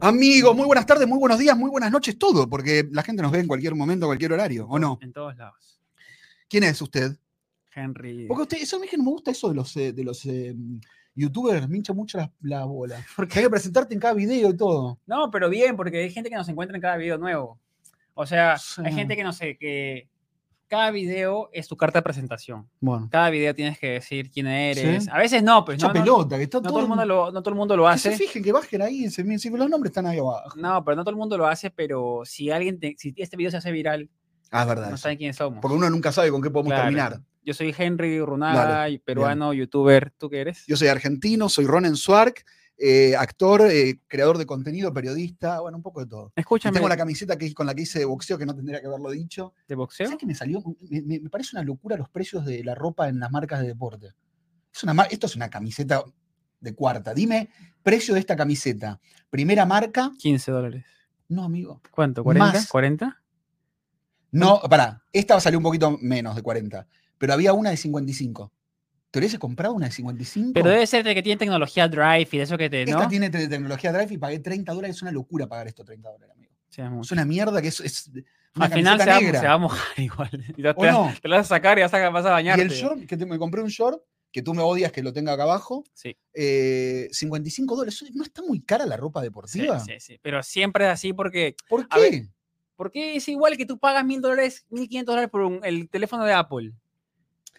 Amigos, muy buenas tardes, muy buenos días, muy buenas noches, todo, porque la gente nos ve en cualquier momento, cualquier horario, ¿o no? En todos lados. ¿Quién es usted? Henry. Porque usted, eso a mí que no me gusta eso de los, eh, de los eh, youtubers, me hincha mucho la, la bola. Porque hay que presentarte en cada video y todo. No, pero bien, porque hay gente que nos encuentra en cada video nuevo. O sea, Sí. hay gente que no sé, que cada video es tu carta de presentación. Bueno, Cada video tienes que decir quién eres. Sí. A veces no, pues mucha no, no, no, pelota, que está todo el mundo lo, no todo el mundo lo que se hace. fijen, que bajen ahí, se miren, si los nombres están ahí abajo. No, pero no todo el mundo lo hace, pero si alguien, te- si este video se hace viral, Ah, es verdad. no eso. saben quiénes somos. Porque uno nunca sabe con qué podemos Claro. terminar. Yo soy Henry Runaga, Dale, y peruano, youtuber. ¿Tú qué eres? Yo soy argentino, soy Ronen Suark, eh, actor, eh, creador de contenido, periodista, bueno, un poco de todo. Y Escúchame, tengo la camiseta que, con la que hice boxeo, que no tendría que haberlo dicho. ¿de boxeo? ¿Sabes que me salió? Me, me- me parece una locura los precios de la ropa en las marcas de deporte. Es una, mar- esto es una camiseta de cuarta. Dime, precio de esta camiseta. Primera marca. 15 dólares. No, amigo. ¿Cuánto? ¿40? Más. ¿40? No, pará. Esta salió un poquito menos de 40. Pero había una de 55. ¿Te hubieses comprado una de 55? Pero debe ser de que tiene tecnología Drive y de eso que te, Esta ¿no? tiene te- tecnología Drive y pagué 30 dólares. Es una locura pagar esto 30 dólares, amigo. Sí, es mucho. Es una mierda que es, es una Al final se camiseta va, negra. se va a mojar igual. Y ya ¿O te, no? te lo vas a sacar y vas a, vas a Y bañarte. el short, que te- me compré un short, que tú me odias que lo tenga acá abajo, Sí, eh, 55 dólares. Eso- ¿No está muy cara la ropa sí, deportiva? sí, sí. Pero siempre es así porque, ¿Por A ver. qué? porque es igual que tú pagas mil dólares, mil quinientos dólares por un- el teléfono de Apple.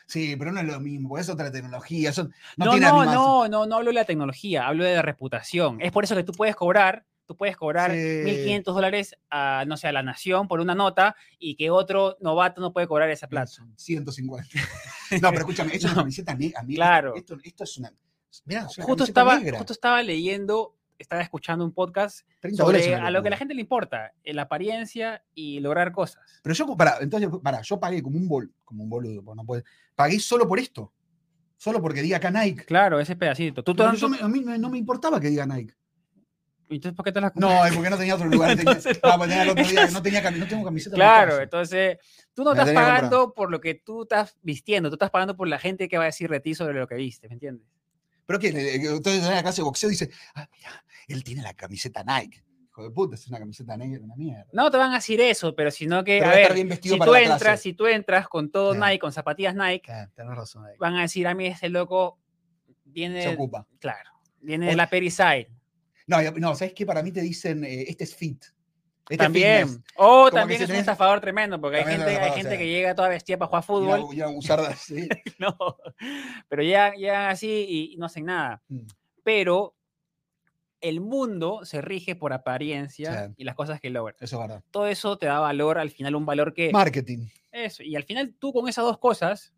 Sí, pero no es lo mismo, es otra tecnología. eso- no, No, tiene no, la misma- no, no, no hablo de la tecnología, hablo de la reputación. Es por eso que tú puedes cobrar, tú puedes cobrar Sí. 1.500 dólares a, no sé, a la nación por una nota y que otro novato no puede cobrar esa plata. Son 150. No, pero escúchame, eso es una camiseta negra. Claro. Esto, esto es una. Mirá, es una Justo camiseta estaba, negra. justo estaba leyendo, estaba escuchando un podcast 30 dólares es sobre una a lo que locura. la gente le importa, eh, la apariencia y lograr cosas. Pero yo, pará, entonces, pará, yo pagué como un bol, como un boludo, porque no puede- pagué solo por esto. Solo porque diga acá Nike. Claro, ese pedacito. ¿Tú, Pero tanto- yo me- a mí me- no me importaba que diga Nike. entonces, ¿por qué te las No, es porque no tenía otro lugar. tenía- Entonces, ah, porque tenía el otro día, que no, tenía cami- no tengo camiseta. en mi Claro, casa. entonces tú no Me la tenía que estás comprar. pagando por lo que tú estás vistiendo, tú estás pagando por la gente que va a decir de ti sobre lo que viste, ¿me entiendes? Pero que le- que usted en la clase de boxeo dice, ah, mira, él tiene la camiseta Nike. Hijo de puta, es una camiseta negra, una mierda. No te van a decir eso, pero sino que, Pero Eh, a va a estar ver, bien vestido si para tú la entras, clase. si tú entras con todo Sí. Nike, con zapatillas Nike, Claro, tenés razón ahí. van a decir a mí ese loco viene, Se ocupa. claro, viene de Oye. la Periside. No, y- no, ¿sabes qué? Para mí te dicen, eh, este es fit. Este es también. fitness. O Como que también si es un tenés- estafador tremendo, porque hay También gente, es hay verdad, o gente sea. que llega toda vestida para Y jugar la- fútbol. y la usar de- sí. No, pero ya, ya así y, y no hacen nada. Mm. Pero el mundo se rige por apariencia Sí. y las cosas que logran. Eso es verdad. Todo eso te da valor, al final un valor que... Marketing. Eso, y al final tú con esas dos cosas,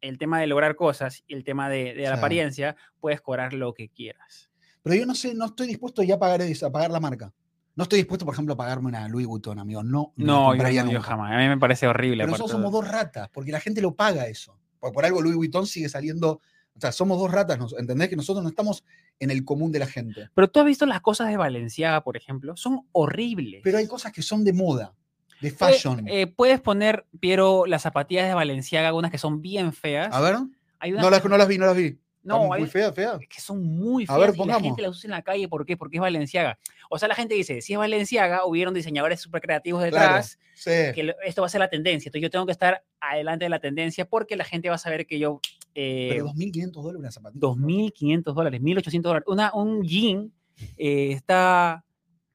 el tema de lograr cosas y el tema de, de la Sí. apariencia, puedes cobrar lo que quieras. Pero yo no sé, no estoy dispuesto ya a pagar, eso, a pagar la marca. No estoy dispuesto, por ejemplo, a pagarme una Louis Vuitton, amigo. No, me la No, yo, compraría no, yo nunca. jamás. A mí me parece horrible. Pero aparte nosotros somos de- dos ratas, porque la gente lo paga eso. Porque por algo Louis Vuitton sigue saliendo. O sea, somos dos ratas, nos- ¿entendés? Que nosotros no estamos en el común de la gente. Pero tú has visto las cosas de Valenciaga, por ejemplo, son horribles. Pero hay cosas que son de moda, de Puede- fashion. eh, puedes poner, Piero, las zapatillas de Valenciaga, algunas que son bien feas. a ver, hay unas no las, que, no las vi, no las vi. no, Están hay- muy fea, fea. que son muy A feas ver, y la pongamos. gente las usa en la calle. ¿Por qué? Porque es Valenciaga. O sea, la gente dice, si es Valenciaga, hubieron diseñadores súper creativos Claro. eh. detrás. Sí. que lo- esto va a ser la tendencia. Entonces yo tengo que estar adelante de la tendencia porque la gente va a saber que yo... Eh, Pero 2.500 dólares una zapatilla. 2.500 dólares, 1.800 dólares. Una, un jean eh, está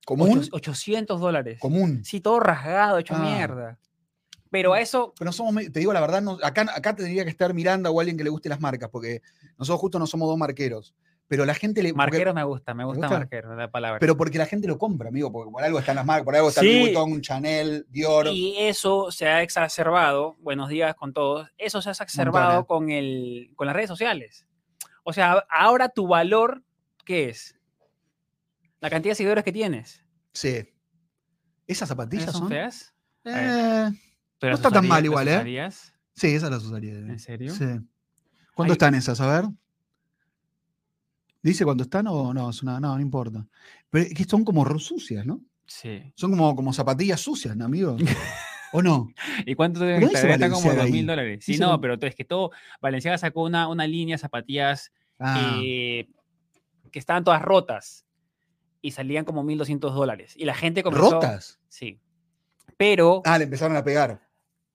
¿Común? 800 800 dólares. Común. Sí, todo rasgado, hecho Ah. mierda. Pero a eso... Pero no somos, medio- te digo la verdad, no- acá, acá tendría que estar Miranda o alguien que le guste las marcas, porque nosotros justo no somos dos marqueros. Pero la gente le. porque- Marquero me gusta, me gusta, gusta? marquero, la palabra. pero porque la gente lo compra, amigo, porque por algo están las marcas, por algo está Sí. Louis Vuitton, Chanel, Dior. y eso se ha exacerbado, buenos días con todos, eso se ha exacerbado con, el, con las redes sociales. O sea, a- ahora tu valor, ¿qué es? La cantidad de seguidores que tienes. Sí. ¿Esas zapatillas ¿Esas son? son feas? Eh, ¿Tú No las está tan usarías- mal las igual, ¿eh? usarías? sí, esas las usaría. eh. ¿En serio? Sí. ¿Cuánto Ay. están esas? A ver. ¿Dice cuánto están o no? Es una- no, no importa. Pero es que son como ro- sucias, ¿no? Sí. Son como, como zapatillas sucias, ¿no, amigo? ¿O no? ¿Y cuánto te Pero deben hizo estar? Está como Balenciaga dos mil ahí. dólares. Sí, Hizo no, Bal- pero es que todo. Valenciaga sacó una, una línea de zapatillas Ah, eh, que estaban todas rotas y salían como 1.200 dólares. Y la gente comenzó. ¿Rotas? Sí. Pero Ah, le empezaron a pegar.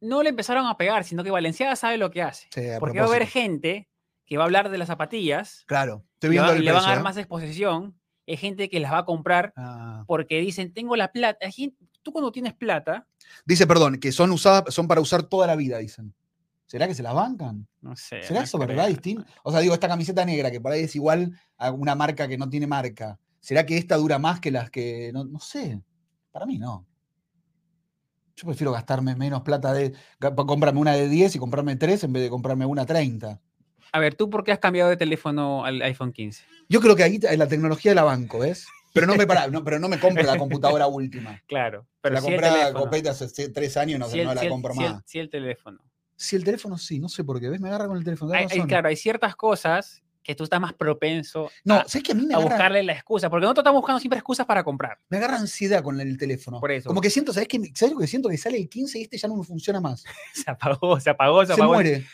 no le empezaron a pegar, sino que Valenciaga sabe lo que hace. Sí, a Porque va a haber propósito. gente que va a hablar de las zapatillas, Claro, estoy le, viendo va- el le van a precio, dar ¿eh? más exposición, hay gente que las va a comprar Ah. porque dicen, tengo la plata. Hay gen- Tú cuando tienes plata, Dice, perdón, que son usadas, son para usar toda la vida, dicen. ¿Será que se las bancan? no sé. ¿Será no eso creo. verdad, distinto? O sea, digo, esta camiseta negra, que por ahí es igual a una marca que no tiene marca. ¿Será que esta dura más que las que.? No, no sé. Para mí no. Yo prefiero gastarme menos plata de. ga- pa- Comprarme una de 10 y comprarme 3 en vez de comprarme una 30. A ver, ¿tú por qué has cambiado de teléfono al iPhone 15? Yo creo que ahí ta- la tecnología de la banco, ¿ves? Pero no me, para, no, pero no me compre la computadora última. Claro, pero la sí el compré, la teléfono. compré hace 3 años, no, Sí sé, el- no sí la el- compro sí el- más. sí el teléfono. Si el teléfono sí, no sé por qué, ¿ves? Me agarra con el teléfono. hay, tenés hay- razón. claro, hay ciertas cosas que tú estás más propenso No, a, ¿sabes que a mí me a agarra, buscarle la excusa, porque nosotros estamos buscando siempre excusas para comprar. me agarra ansiedad con el teléfono? Por eso. Como que siento, ¿sabes qué? ¿Sabes lo que siento? Que sale el 15 y este ya no me funciona más. Se apagó, se apagó, se Se apagó. muere.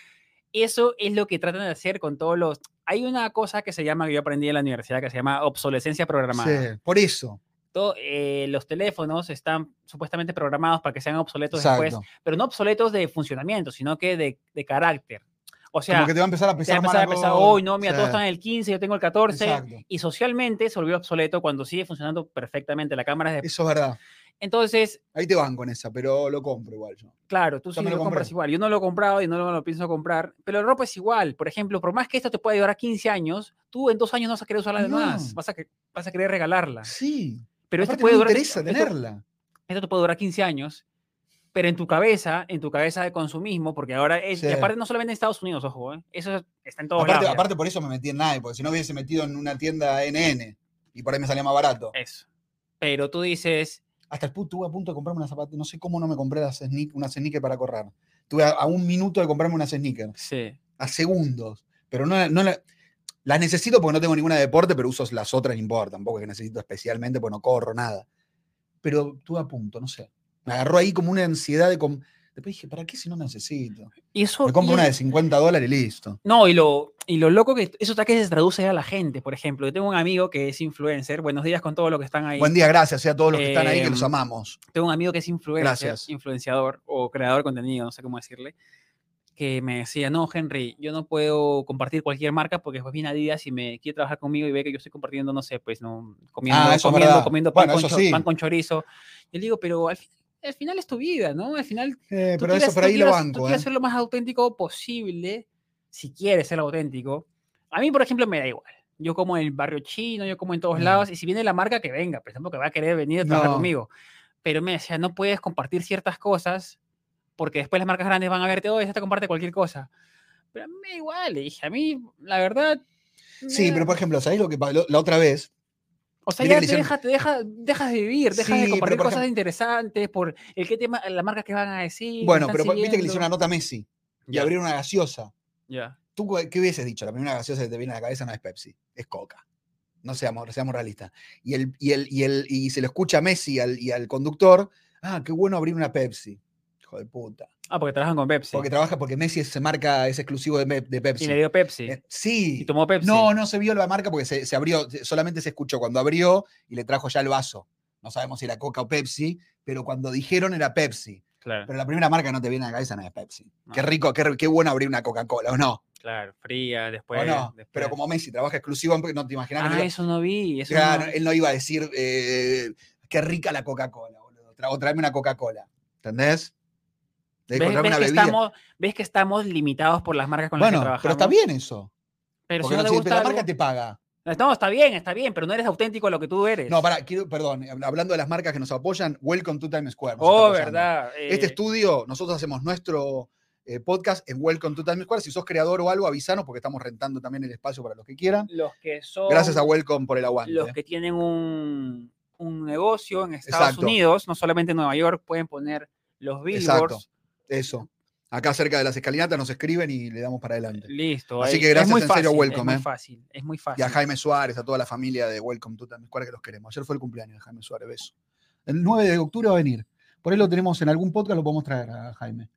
Eso es lo que tratan de hacer con todos los... Hay una cosa que se llama, que yo aprendí en la universidad, que se llama obsolescencia programada. Sí, por eso. Todo, eh, los teléfonos están supuestamente programados para que sean obsoletos Exacto. después, pero no obsoletos de funcionamiento, sino que de, de carácter. O sea, Como que te va a empezar a se va pesar a empezar a más la pensar, cosa. hoy no, mira, Sí, todos están en el 15, yo tengo el 14, Exacto. y socialmente se volvió obsoleto cuando sigue funcionando perfectamente la cámara. De... Eso es verdad. Entonces, Ahí te van con esa, pero lo compro igual yo. claro, tú Yo sí me lo lo compras compré. igual. Yo no lo he comprado y no lo, lo pienso comprar, pero la ropa es igual. Por ejemplo, por más que esto te pueda llevar a 15 años, tú en dos años no vas a querer usarla de más, No. vas a, que- vas a querer regalarla. Sí. Pero esto Aparte puede, no me durar, interesa esto, tenerla. esto te puede durar 15 años, pero en tu cabeza, en tu cabeza de consumismo, porque ahora es, y Sí. aparte no solamente en Estados Unidos, ojo, ¿eh? eso está en todos Aparte, lados. ya. aparte por eso me metí en Nike, porque si no hubiese metido en una tienda NN y por ahí me salía más barato. Eso. Pero tú dices, Hasta el punto, estuve a punto de comprarme una zapata. No sé cómo no me compré las sneak, una sneaker para correr. Tuve a, a un minuto de comprarme una sneaker. sí. A segundos. Pero no, no la- las necesito porque no tengo ninguna de deporte, pero uso las otras, no importa. Tampoco es que necesito especialmente porque no corro nada. Pero estuve a punto, no sé. Me agarró ahí como una ansiedad de... com- Después dije, ¿para qué si no necesito? Y eso, Me compro y una es- de 50 dólares y listo. No, y lo, y lo loco que eso está que se traduce a la gente. Por ejemplo, yo tengo un amigo que es influencer. Buenos días con todos los que están ahí. Buen día, gracias eh, a todos los que están ahí, que los Em, amamos. Tengo un amigo que es influencer, Gracias. influenciador o creador de contenido, no sé cómo decirle, que me decía, no, Henry, yo no puedo compartir cualquier marca porque después viene Adidas y me quiere trabajar conmigo y ve que yo estoy compartiendo, no sé, pues, no, comiendo, Ah, eso es comiendo, verdad. comiendo pan, Bueno, con eso cho- sí. pan con chorizo. Yo le digo, pero al, fin- al final es tu vida, ¿no? Al final Eh, tú pero quieres- eso por tú ahí lo quieres- Tú banco, ¿eh? quieres ser lo más auténtico posible, si quieres ser auténtico. A mí, por ejemplo, me da igual. Yo como en el barrio chino, yo como en todos Mm. lados, y si viene la marca que venga, por ejemplo, que va a querer venir a trabajar No. conmigo. Pero me decía, no puedes compartir ciertas cosas, porque después las marcas grandes van a verte, oh, esa te comparte cualquier cosa. Pero a mí me da igual, le dije, a mí, la verdad. me Sí, da- pero por ejemplo, ¿sabéis lo que pa- lo- la otra vez? o sea, mira ya que le te hicieron- dejas, te deja- dejas de vivir, dejas Sí, de pero compartir por cosas ejem- interesantes por el qué tema, la marca que van a decir. me Bueno, están pero pa- viste que le siguiendo. hicieron una nota a Messi y Ya, abrieron una gaseosa. ya. ¿Tú cu- qué hubieses dicho? La primera gaseosa que te viene a la cabeza no es Pepsi, es Coca. No seamos, seamos realistas. Y, el, y, el, y, el, y se lo escucha a Messi al- y al conductor, ah, qué bueno abrir una Pepsi. Hijo de puta. Ah, porque trabajan con Pepsi. Porque trabaja, porque Messi se marca, es exclusivo de, Me- de Pepsi. Y le dio Pepsi. Eh, sí. Y tomó Pepsi. No, no se vio la marca porque se, se abrió, se- solamente se escuchó cuando abrió y le trajo ya el vaso. No sabemos si era Coca o Pepsi, pero cuando dijeron era Pepsi. Claro, Pero la primera marca que no te viene a la cabeza no es Pepsi. Qué Ah. No. rico, qué, qué bueno abrir una Coca-Cola, ¿o no? claro. Fría, después. ¿O no? después. Pero como Messi trabaja exclusivo, no te imaginas Ah, que no- eso no vi. Eso Claro, no- él no iba a decir, eh, qué rica la Coca-Cola, boludo. tra- o tráeme una Coca-Cola. ¿Entendés? De ¿Ves, encontrarme ves una que bebida. estamos, ves que estamos limitados por las marcas con las que bueno, trabajamos. pero está bien eso. Pero si porque no no te sé, gusta pero la algo- marca te paga. No, está bien, está bien, pero no eres auténtico a lo que tú eres. No, para, quiero, perdón, hab- hablando de las marcas que nos apoyan, Welcome to Times Square. nos está Oh, apoyando. verdad. Este eh, estudio, nosotros hacemos nuestro eh, podcast en Welcome to Times Square. Si sos creador o algo, avisanos porque estamos rentando también el espacio para los que quieran. Los que son. Gracias a ¿eh? Welcome por el aguante. Los que tienen un, un negocio en Estados Exacto. Unidos, no solamente en Nueva York, pueden poner los billboards. Eso. Acá cerca de las escalinatas nos escriben y le damos para adelante. Listo. Así ahí- que es gracias, muy en serio, fácil, Es welcome, muy eh. fácil. Es muy Y fácil. a Jaime Suárez, a toda la familia de Welcome to Times Square que los queremos. Ayer fue el cumpleaños de Jaime Suárez, beso. El 9 de octubre va a venir. Por ahí lo tenemos en algún podcast, lo podemos traer a Jaime.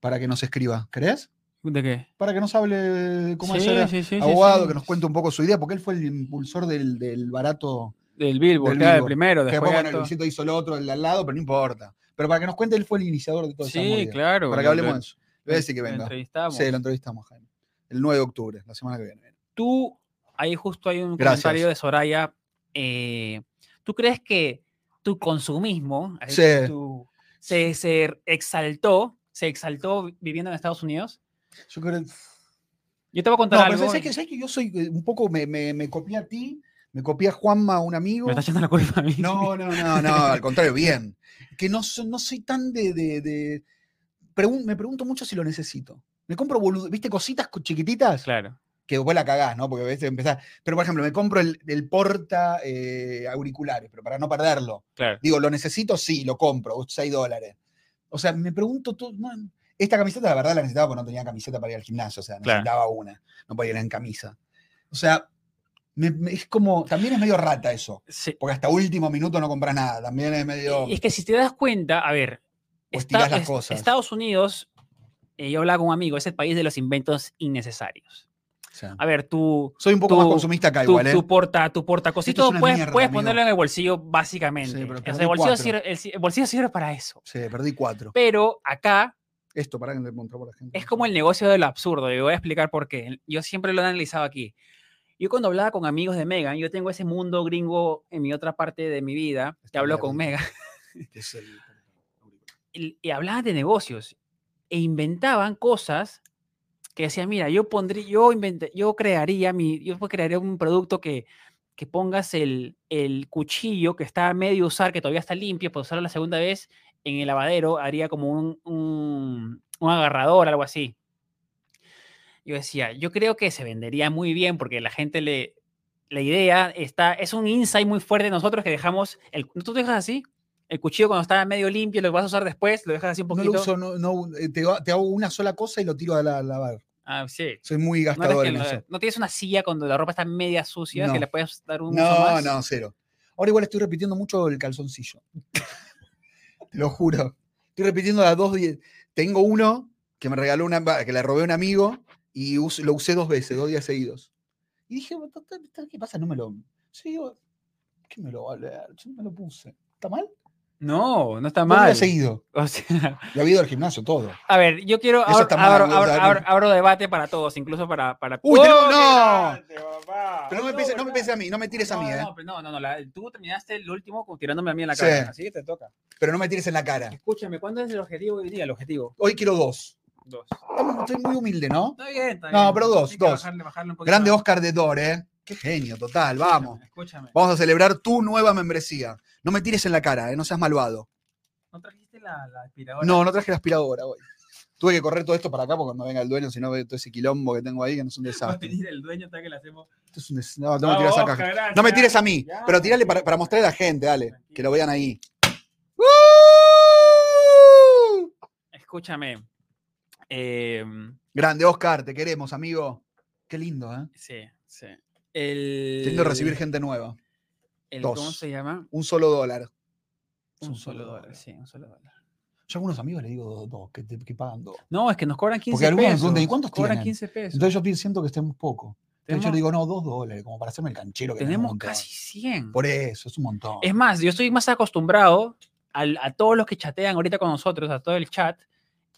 Para que nos escriba. ¿Crees? ¿De qué? Para que nos hable de cómo es Sí, ser sí, sí, sí, abogado, sí. que nos cuente un poco su idea, porque él fue el impulsor del, del barato. Del Billboard, del claro, el Billboard. primero, Que después, después de bueno, todo. Luisito hizo el otro, el de al lado, pero no importa. Pero para que nos cuente, él fue el iniciador de todo esa Sí, movida. claro. Para que lo- hablemos lo- de eso. Le voy a decir que lo venga. entrevistamos. Sí, lo entrevistamos, Jaime. El 9 de octubre, la semana que viene. Tú, ahí justo hay un Gracias. comentario de Soraya. eh, ¿Tú crees que tu consumismo así, Sí. tu- se, se exaltó? ¿Se exaltó viviendo en Estados Unidos? Yo creo. Yo te voy a No, contar pero algo. ¿sabes que, sabés que yo soy eh, un poco, me, me, me copié a ti, me copié a Juanma, un amigo. Me está echando la culpa a mí. No, no, no, no, al contrario, bien. Que no, so- no soy tan de... de- de- pregun- me pregunto mucho si lo necesito. Me compro, bolu- viste, cositas cu- chiquititas Claro. que después la cagás, ¿no? Porque a veces empezás... Pero, por ejemplo, me compro el, el porta eh, auriculares, pero para no perderlo. Claro. Digo, ¿lo necesito? Sí, lo compro, 6 dólares. O sea, me pregunto, tú, man, esta camiseta la verdad la necesitaba porque no tenía camiseta para ir al gimnasio, o sea, Claro. necesitaba una, no podía ir en camisa. O sea, me- me- es como, también es medio rata eso, Sí. porque hasta último minuto no compras nada, también es medio... Y Eh, es que si te das cuenta, a ver, O Esta- estirás las es- cosas. Estados Unidos, eh, yo hablaba con un amigo, es el país de los inventos innecesarios. o sea, A ver, tú, soy un poco más Ah, tu- consumista acá tú, igual, ¿eh? tú porta, tú porta Esto es cosito, una puedes, mierda, puedes amigo. ponerlo en el bolsillo básicamente. Sí, pero O sea, perdí el, bolsillo cuatro. sirve, el si- el bolsillo sirve para eso. Sí, perdí cuatro. Pero acá Esto, para que le encontré por la gente. es como el negocio del absurdo, y voy a explicar por qué. Yo siempre lo he analizado aquí. Yo cuando hablaba con amigos de Megan, yo tengo ese mundo gringo en mi otra parte de mi vida, que Esta hablo con mierda. Megan. Este Es el- y y hablaban de negocios e inventaban cosas que decían, mira, yo pondría, yo inventé, yo crearía mi, yo pues crearía un producto que, que pongas el, el cuchillo que está a medio usar, que todavía está limpio, para usarlo la segunda vez en el lavadero, haría como un, un, un agarrador, algo así. Yo decía, yo creo que se vendería muy bien porque la gente le, la idea está, es un insight muy fuerte de nosotros que dejamos, el, ¿tú dejas así? El cuchillo cuando está medio limpio, lo vas a usar después, lo dejas así un No poquito. lo uso, no, no, eh, te, te hago una sola cosa y lo tiro a la a lavar. Ah, sí. Soy muy No, eres gastador que en lo- eso. no tienes una silla cuando la ropa está media sucia No. que le puedes dar un uso No, más? no, cero. Ahora igual estoy repitiendo mucho el calzoncillo. Te lo juro. Estoy repitiendo las dos. die- Tengo uno que me regaló una, va, que le robé a un amigo y us- lo usé dos veces, dos días seguidos. Y dije, "Bueno, total, total, ¿qué pasa? No me lo. Sí, digo, ¿qué me lo va a leer? Yo me lo puse. ¿Está mal? No, no está Dos mal. Ah, días seguidos. O sea, Lo había ido al gimnasio, todo. a ver, yo quiero Eso abro, está mal, abro- boludo, abro- o sea, abro- que- abro debate para todos, incluso para... para... ¡Uy, tenemos- qué no! debate, papá! Pero no me, pienses- no me ¿verdad? pienses a mí, no me tires a No, mí, ¿eh? No, pero no, no, no, la- tú terminaste el último como tirándome a mí en la Sí. cara. Así que te toca. Pero no me tires en la cara. Escúchame, ¿cuándo es el objetivo hoy día? El objetivo. Hoy quiero dos. Dos. Estamos- Estoy muy humilde, ¿no? Está bien, está No, bien. pero dos, Hay que dos. bajarle- bajarle un poquito Grande más. Oscar de Dor, ¿eh? Qué genio, total, vamos. Escúchame. escúchame. Vamos a celebrar tu nueva membresía. No me tires en la cara, ¿eh? no seas malvado. ¿No trajiste la, la aspiradora? No, no traje la aspiradora hoy. Tuve que correr todo esto para acá porque cuando venga el dueño, si no ve todo ese quilombo que tengo ahí, que no es un Va a desastre. venir el dueño hasta que la hacemos. Esto es un des- No, no me Vamos, tires a Ah, Oscar, caja. gracias. No me tires a mí, Ya, pero tírale para, tranquilo. para mostrarle a la gente, dale. Que lo vean ahí. Escúchame. em, Grande, Oscar, te queremos, amigo. Qué lindo, ¿eh? sí, sí. El, Qué lindo Eh, recibir gente nueva. el- dos. ¿Cómo se llama? Un solo dólar. Es Un solo dólar. Sí, un solo dólar. Yo a algunos amigos les digo dos, dos, que, te- que pagan dos. No, es que nos cobran 15 algunos me pesos. preguntan, ¿y cuántos cobran tienen? 15 pesos. Entonces yo pi- siento que estemos poco. Entonces yo tenemos le digo, no, dos dólares, como para hacerme el canchero. Que tenemos un montón. casi 100. Por eso, es un montón. Es más, yo estoy más acostumbrado al- a todos los que chatean ahorita con nosotros, a todo el chat.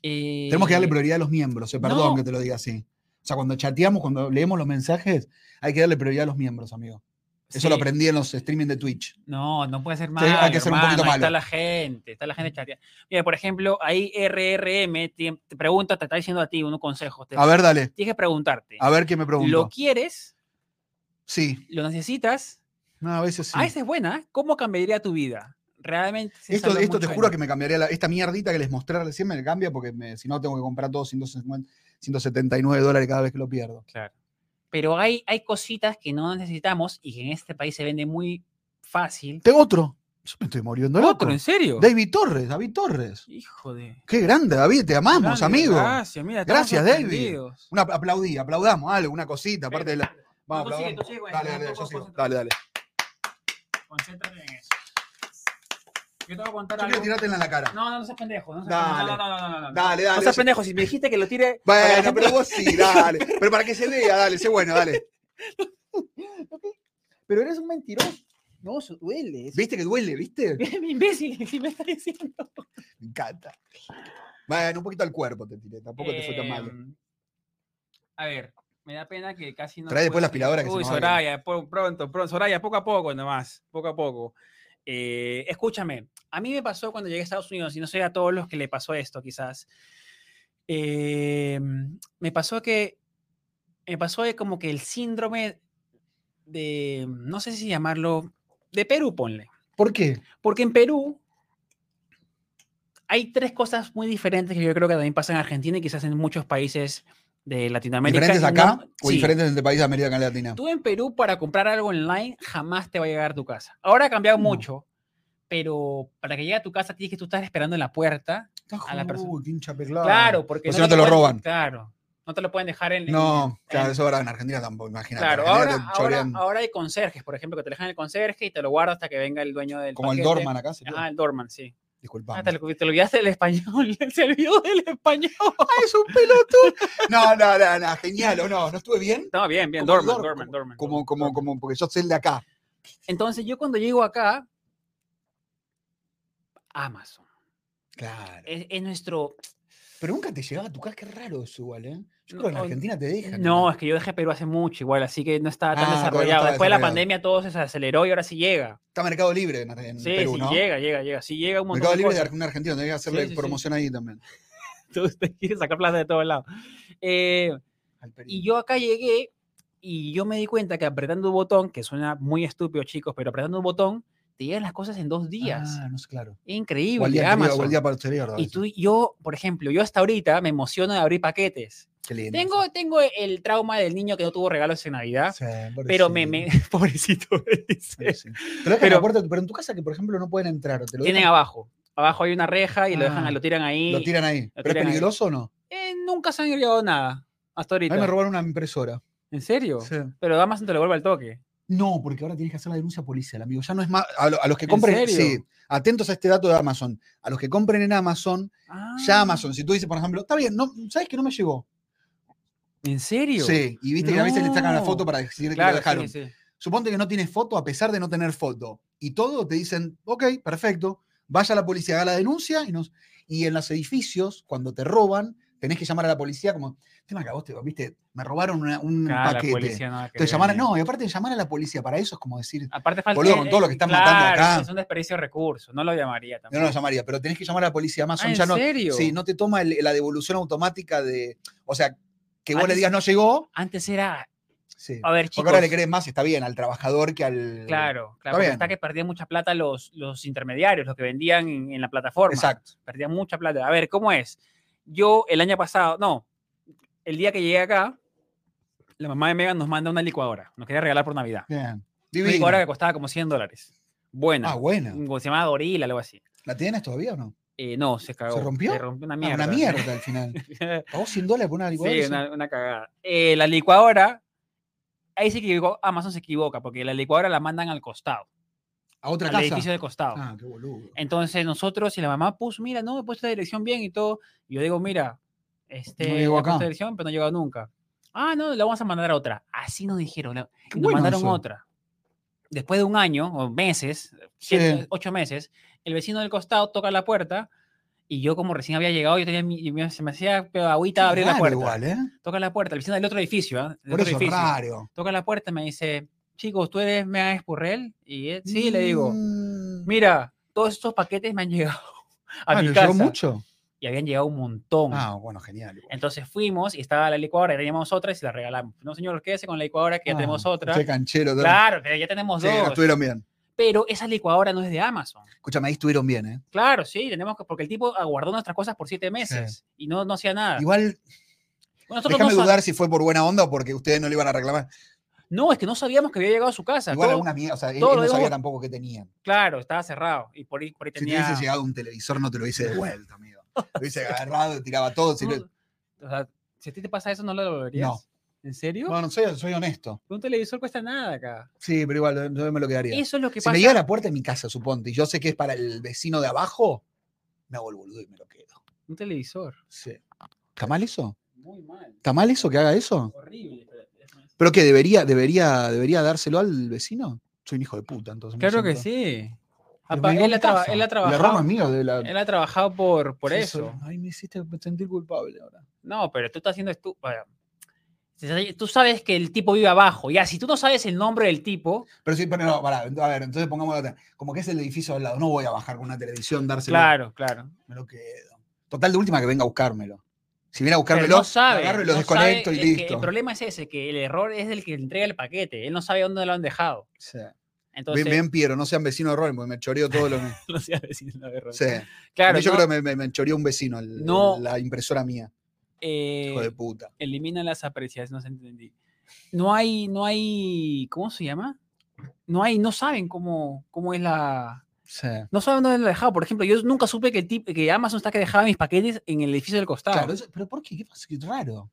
eh, Tenemos que darle prioridad a los miembros, eh, perdón no. que te lo diga así. O sea, cuando chateamos, cuando leemos los mensajes, hay que darle prioridad a los miembros, amigo. Eso sí. lo aprendí en los streaming de Twitch. No, no puede ser Sí, malo. hay que ser un poquito hermano, ahí Está malo. la gente, está la gente chateando. Mira, por ejemplo, ahí RRM te, te pregunta, te está diciendo a ti un consejo. Te, A ver, dale. tienes que preguntarte. A ver qué me preguntó. ¿Lo quieres? Sí, ¿Lo necesitas? no, a veces sí. Ah, esa es buena. ¿eh? ¿Cómo cambiaría tu vida? Realmente. se Esto, salva esto te mucho juro en- que me cambiaría la- esta mierdita que les mostré recién me cambia porque me- si no tengo que comprar todos 150, 179 dólares cada vez que lo pierdo. Claro. Pero hay, hay cositas que no necesitamos y que en este país se vende muy fácil. Tengo otro. Yo me estoy muriendo loco. ¿Otro? ¿En serio? David Torres, David Torres. Hijo de... Qué grande, David, te amamos, Grande, amigo. Gracias, mira, estamos Gracias, David. sorprendidos. Una, aplaudí, aplaudamos algo, una cosita, aparte de la. Vamos, tú sigue, aplaudamos. tú sigue con eso, Dale, no, dale, tú yo sigo. concéntrate. Dale, dale. Concéntrate en eso. Yo te voy a contar Yo algo. quiero tirártela en la cara. No, no, no seas pendejo. No seas Dale. pendejo. No, no, no, no, no, no. Dale, dale. No seas pendejo. Si me dijiste que lo tire. para la Bueno, gente- pero vos sí, dale. Pero para que se lea, dale, sé bueno, dale. Pero eres un mentiroso. No, eso duele. eso- ¿Viste que duele, viste? Imbécil, ¿qué me está diciendo? Me encanta. Bueno, un poquito al cuerpo te tiré, tampoco te fue tan mal. ¿eh? Em, A ver, me da pena que casi no. Trae después puedo la aspiradora que se Uy, nos va a ir. Soraya, po- pronto, pronto. Soraya, poco a poco nomás, poco a poco. Eh, escúchame, a mí me pasó cuando llegué a Estados Unidos, y no sé a todos los que le pasó esto, quizás. eh, me pasó que. Me pasó de como que el síndrome de. No sé si llamarlo. De Perú, ponle. ¿Por qué? Porque en Perú hay tres cosas muy diferentes que yo creo que también pasan en Argentina y quizás en muchos países de Latinoamérica. ¿Diferentes y acá no- o sí. diferentes entre países de América Latina? Tú en Perú para comprar algo online jamás te va a llegar a tu casa. Ahora ha cambiado No. mucho, pero para que llegue a tu casa tienes que tú estar esperando en la puerta. a la persona. Uy, hincha pelada. Claro, porque O si no te lo pueden- roban. Claro, no te lo pueden dejar en... en- No, claro, en- eso ahora en Argentina tampoco, imagínate. Claro, en Argentina ahora, te ahora, chorean ahora hay conserjes, por ejemplo, que te dejan el conserje y te lo guarda hasta que venga el dueño del como el paquete. Dorman acá, ¿se Ah, el Dorman, sí. Disculpame. Ah, te, lo, te lo olvidaste del español, se olvidó del español. es un pelotudo. No, no, no, no, genial, ¿o no? ¿No estuve bien? No, bien, bien, Como el Dor- Dorman, Dorman, Dorman. Como, Dorman, como, Dorman. como, porque yo soy el de acá. Entonces yo cuando llego acá, Amazon, Claro. es, es nuestro... Pero nunca te llegaba a tu casa, qué raro eso igual, ¿eh? Yo creo que en No, Argentina te dejan. No, es que yo dejé Perú hace mucho igual, así que no estaba tan Ah, todavía no desarrollado. estaba Después de la desarrollado. pandemia todo se aceleró y ahora sí llega. Está Mercado Libre en, en Sí, Perú, sí, ¿no? llega, llega, llega. Sí llega un montón Mercado de Libre de cosas. Argentina, Argentina, tenés que hacerle Sí, sí, sí. promoción ahí también. Entonces te quieren sacar plata de todos lados. Eh, Al Perú. y yo acá llegué y yo me di cuenta que apretando un botón, que suena muy estúpido chicos, pero apretando un botón, te llegan las cosas en dos días. Ah, no sé, claro. Increíble, O al día, anterior, o Amazon. al día posterior. a Y veces. tú, yo, por ejemplo, yo hasta ahorita me emociono de abrir paquetes. Qué lindo. Ah, Tengo, tengo el trauma del niño que no tuvo regalos en Navidad, Sí, pero me, me- pobrecito. pobrecito, dice. Sí. Te lo dejan en Pero- la puerta de tu- pero en tu casa que, por ejemplo, no pueden entrar. Te lo, Tienen dejan- abajo. Abajo hay una reja y lo Ah, dejan, lo tiran ahí. lo tiran ahí. ¿Pero tiran es ahí. peligroso o no? Eh, nunca se han llevado nada hasta A mí me ahorita. robaron una impresora. ¿En serio? Sí. Pero Amazon te lo vuelve al toque. No, porque ahora tienes que hacer la denuncia policial, amigo. Ya no es más. A, lo- a los que ¿En compren. serio? Sí, atentos a este dato de Amazon. A los que compren en Amazon, ya Ah, Amazon, si tú dices, por ejemplo, está bien, no, ¿sabes que no me llegó? ¿En serio? Sí, y viste que a veces le sacan la foto No. para decir que Claro, lo dejaron. sí, sí. Suponte que no tienes foto a pesar de no tener foto. Y todo te dicen, ok, perfecto, vaya a la policía, haga la denuncia. Y, nos, y en los edificios, cuando te roban, tenés que llamar a la policía como, tema que a vos te, viste, me robaron una- un Ah, la paquete. policía nada que Te ver, llamar, amigo. no, y aparte de llamar a la policía para eso es como decir, Aparte falta. Boludo, con eh, todo lo que están matando claro, acá. Es un desperdicio de recursos, no lo llamaría yo tampoco. no lo llamaría, pero tenés que llamar a la policía. Amazon Ah, ¿en ya no, serio? sí, no te toma el- la devolución automática de, o sea, que vos le Antes- digas no llegó. Antes era, Sí. a Porque ver, Ah, chicos. ahora le crees más, está bien, al trabajador que al. Claro, claro, porque bien. hasta que perdían mucha plata los, los intermediarios, los que vendían en, en la plataforma. Exacto. Perdían mucha plata. A ver, ¿cómo es? Yo el año pasado, no, el día que llegué acá, la mamá de Megan nos manda una licuadora. Nos quería regalar por Navidad. Bien. Una Divino. licuadora que costaba como 100 dólares. Buena. Ah, buena. un- Se llamaba Gorila, algo así. ¿La tienes todavía o no? Eh, no, se cagó. rompió? Se rompió una Ah, mierda. Una mierda al final. Pagó 100 dólares por una licuadora. Sí, y una, una cagada. Eh, la licuadora, ahí se equivocó, Amazon se equivoca, porque la licuadora la mandan al costado, A otra al casa. edificio de costado. Ah, qué boludo. Entonces nosotros y la mamá puso, mira, no, he puesto la dirección bien y todo. Y yo digo, mira, este, llegó le he puesto acá. la dirección, pero no ha llegado nunca. Ah, no, la vamos a mandar a otra. Así nos dijeron, la- y Qué Eh, nos bueno mandaron eso. otra. Después de un año o meses, siete, ocho meses, el vecino del costado toca la puerta y yo como recién había llegado, yo tenía mi- mi- se me hacía pero agüita Qué abrir la raro puerta. Igual, ¿eh? Toca la puerta, el vecino del otro edificio, ¿ah? Del Por otro eso es edificio. raro. Toca la puerta y me dice, chicos, ¿tú eres Mega Espurrel? Y eh, sí, le digo, Mm. mira, todos estos paquetes me han llegado a Ah, mi ¿le casa. llegó mucho? Y habían llegado un montón. Ah, bueno, genial. igual. Entonces fuimos y estaba la licuadora, y teníamos otra y se la regalamos. No, señor, quédese con la licuadora que ya Ah, tenemos otra. Che, canchero. todo. Claro, que ya tenemos Sí, dos. estuvieron bien. Pero esa licuadora no es de Amazon. Escúchame, ahí estuvieron bien, ¿eh? Claro, sí, tenemos que, porque el tipo aguardó nuestras cosas por siete meses y no, no hacía nada. Igual, Ah. Nosotros no, déjame sa- dudar si fue por buena onda o porque ustedes no le iban a reclamar. no, es que no sabíamos que había llegado a su casa. Igual todo- alguna mierda, o sea, él, todo él lo no sabía vimos- tampoco qué tenían. Claro, estaba cerrado y por ahí, por Si ahí te tenía... hubiese llegado un televisor, no te lo hubiese devuelto, amigo. Lo hubiese agarrado, tiraba todo. si no, lo- o sea, si a ti te pasa eso, no lo devolverías. No. ¿En serio? Bueno, soy, soy honesto. Un televisor cuesta nada acá. Sí, pero igual yo me lo quedaría. Eso es lo que si pasa. me llega a la puerta de mi casa, suponte, y yo sé que es para el vecino de abajo, me hago el boludo y me lo quedo. Un televisor. Sí. ¿Está mal eso? Muy mal. ¿Está mal eso que haga eso? Horrible. ¿Pero que debería, debería, debería dárselo al vecino? Soy un hijo de puta, entonces. me Claro que siento- sí. Pero Apa- me dio él, mi ha traba- casa. él ha El error no es trabajado, mío de la- él ha trabajado por, por Sí, eso. soy- Ay, me hiciste sentir culpable ahora. No, pero tú estás haciendo estu- vaya. Si sa- Tú sabes que el tipo vive abajo. Ya, si tú no sabes el nombre del tipo, Pero sí, pero no, pará, a ver, entonces pongamos otra. Como que es el edificio al lado, no voy a bajar con una televisión, dárselo. claro, claro. Me lo quedo. Total, de última que venga a buscármelo. Si viene a Pero buscármelo, no sabe. lo agarro y lo no desconecto sabe, y es que listo. el problema es ese, que el error es del que entrega el paquete. Él no sabe dónde lo han dejado. Sí. Entonces, bien, bien, Piero, no sean vecinos de Rolling, porque me choreó todo lo mío. no sé decir la verdad. Sí. Claro, yo no, creo que me, me, me choreó un vecino, el- No. la impresora mía. eh, Hijo de puta. elimina las apreciaciones, no se entendí. No hay, no hay, ¿cómo se llama? No hay, no saben cómo, cómo es la... Sí. No saben dónde lo he dejado. Por ejemplo, yo nunca supe que, el tip- que Amazon está que dejaba mis paquetes en el edificio del costado. Claro, eso- pero ¿por qué? ¿Qué pasa? Qué raro.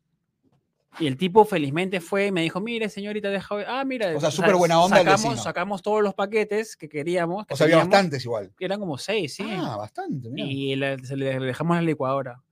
Y el tipo felizmente fue y me dijo, mire, señorita, deja... Ah, mira. O sea, súper buena onda el Sacamos, vecino. sacamos todos los paquetes que queríamos. que O sea, había teníamos, bastantes igual. que Eran como seis, sí. Ah, bastante, mirá. y la- se le dejamos la licuadora. No,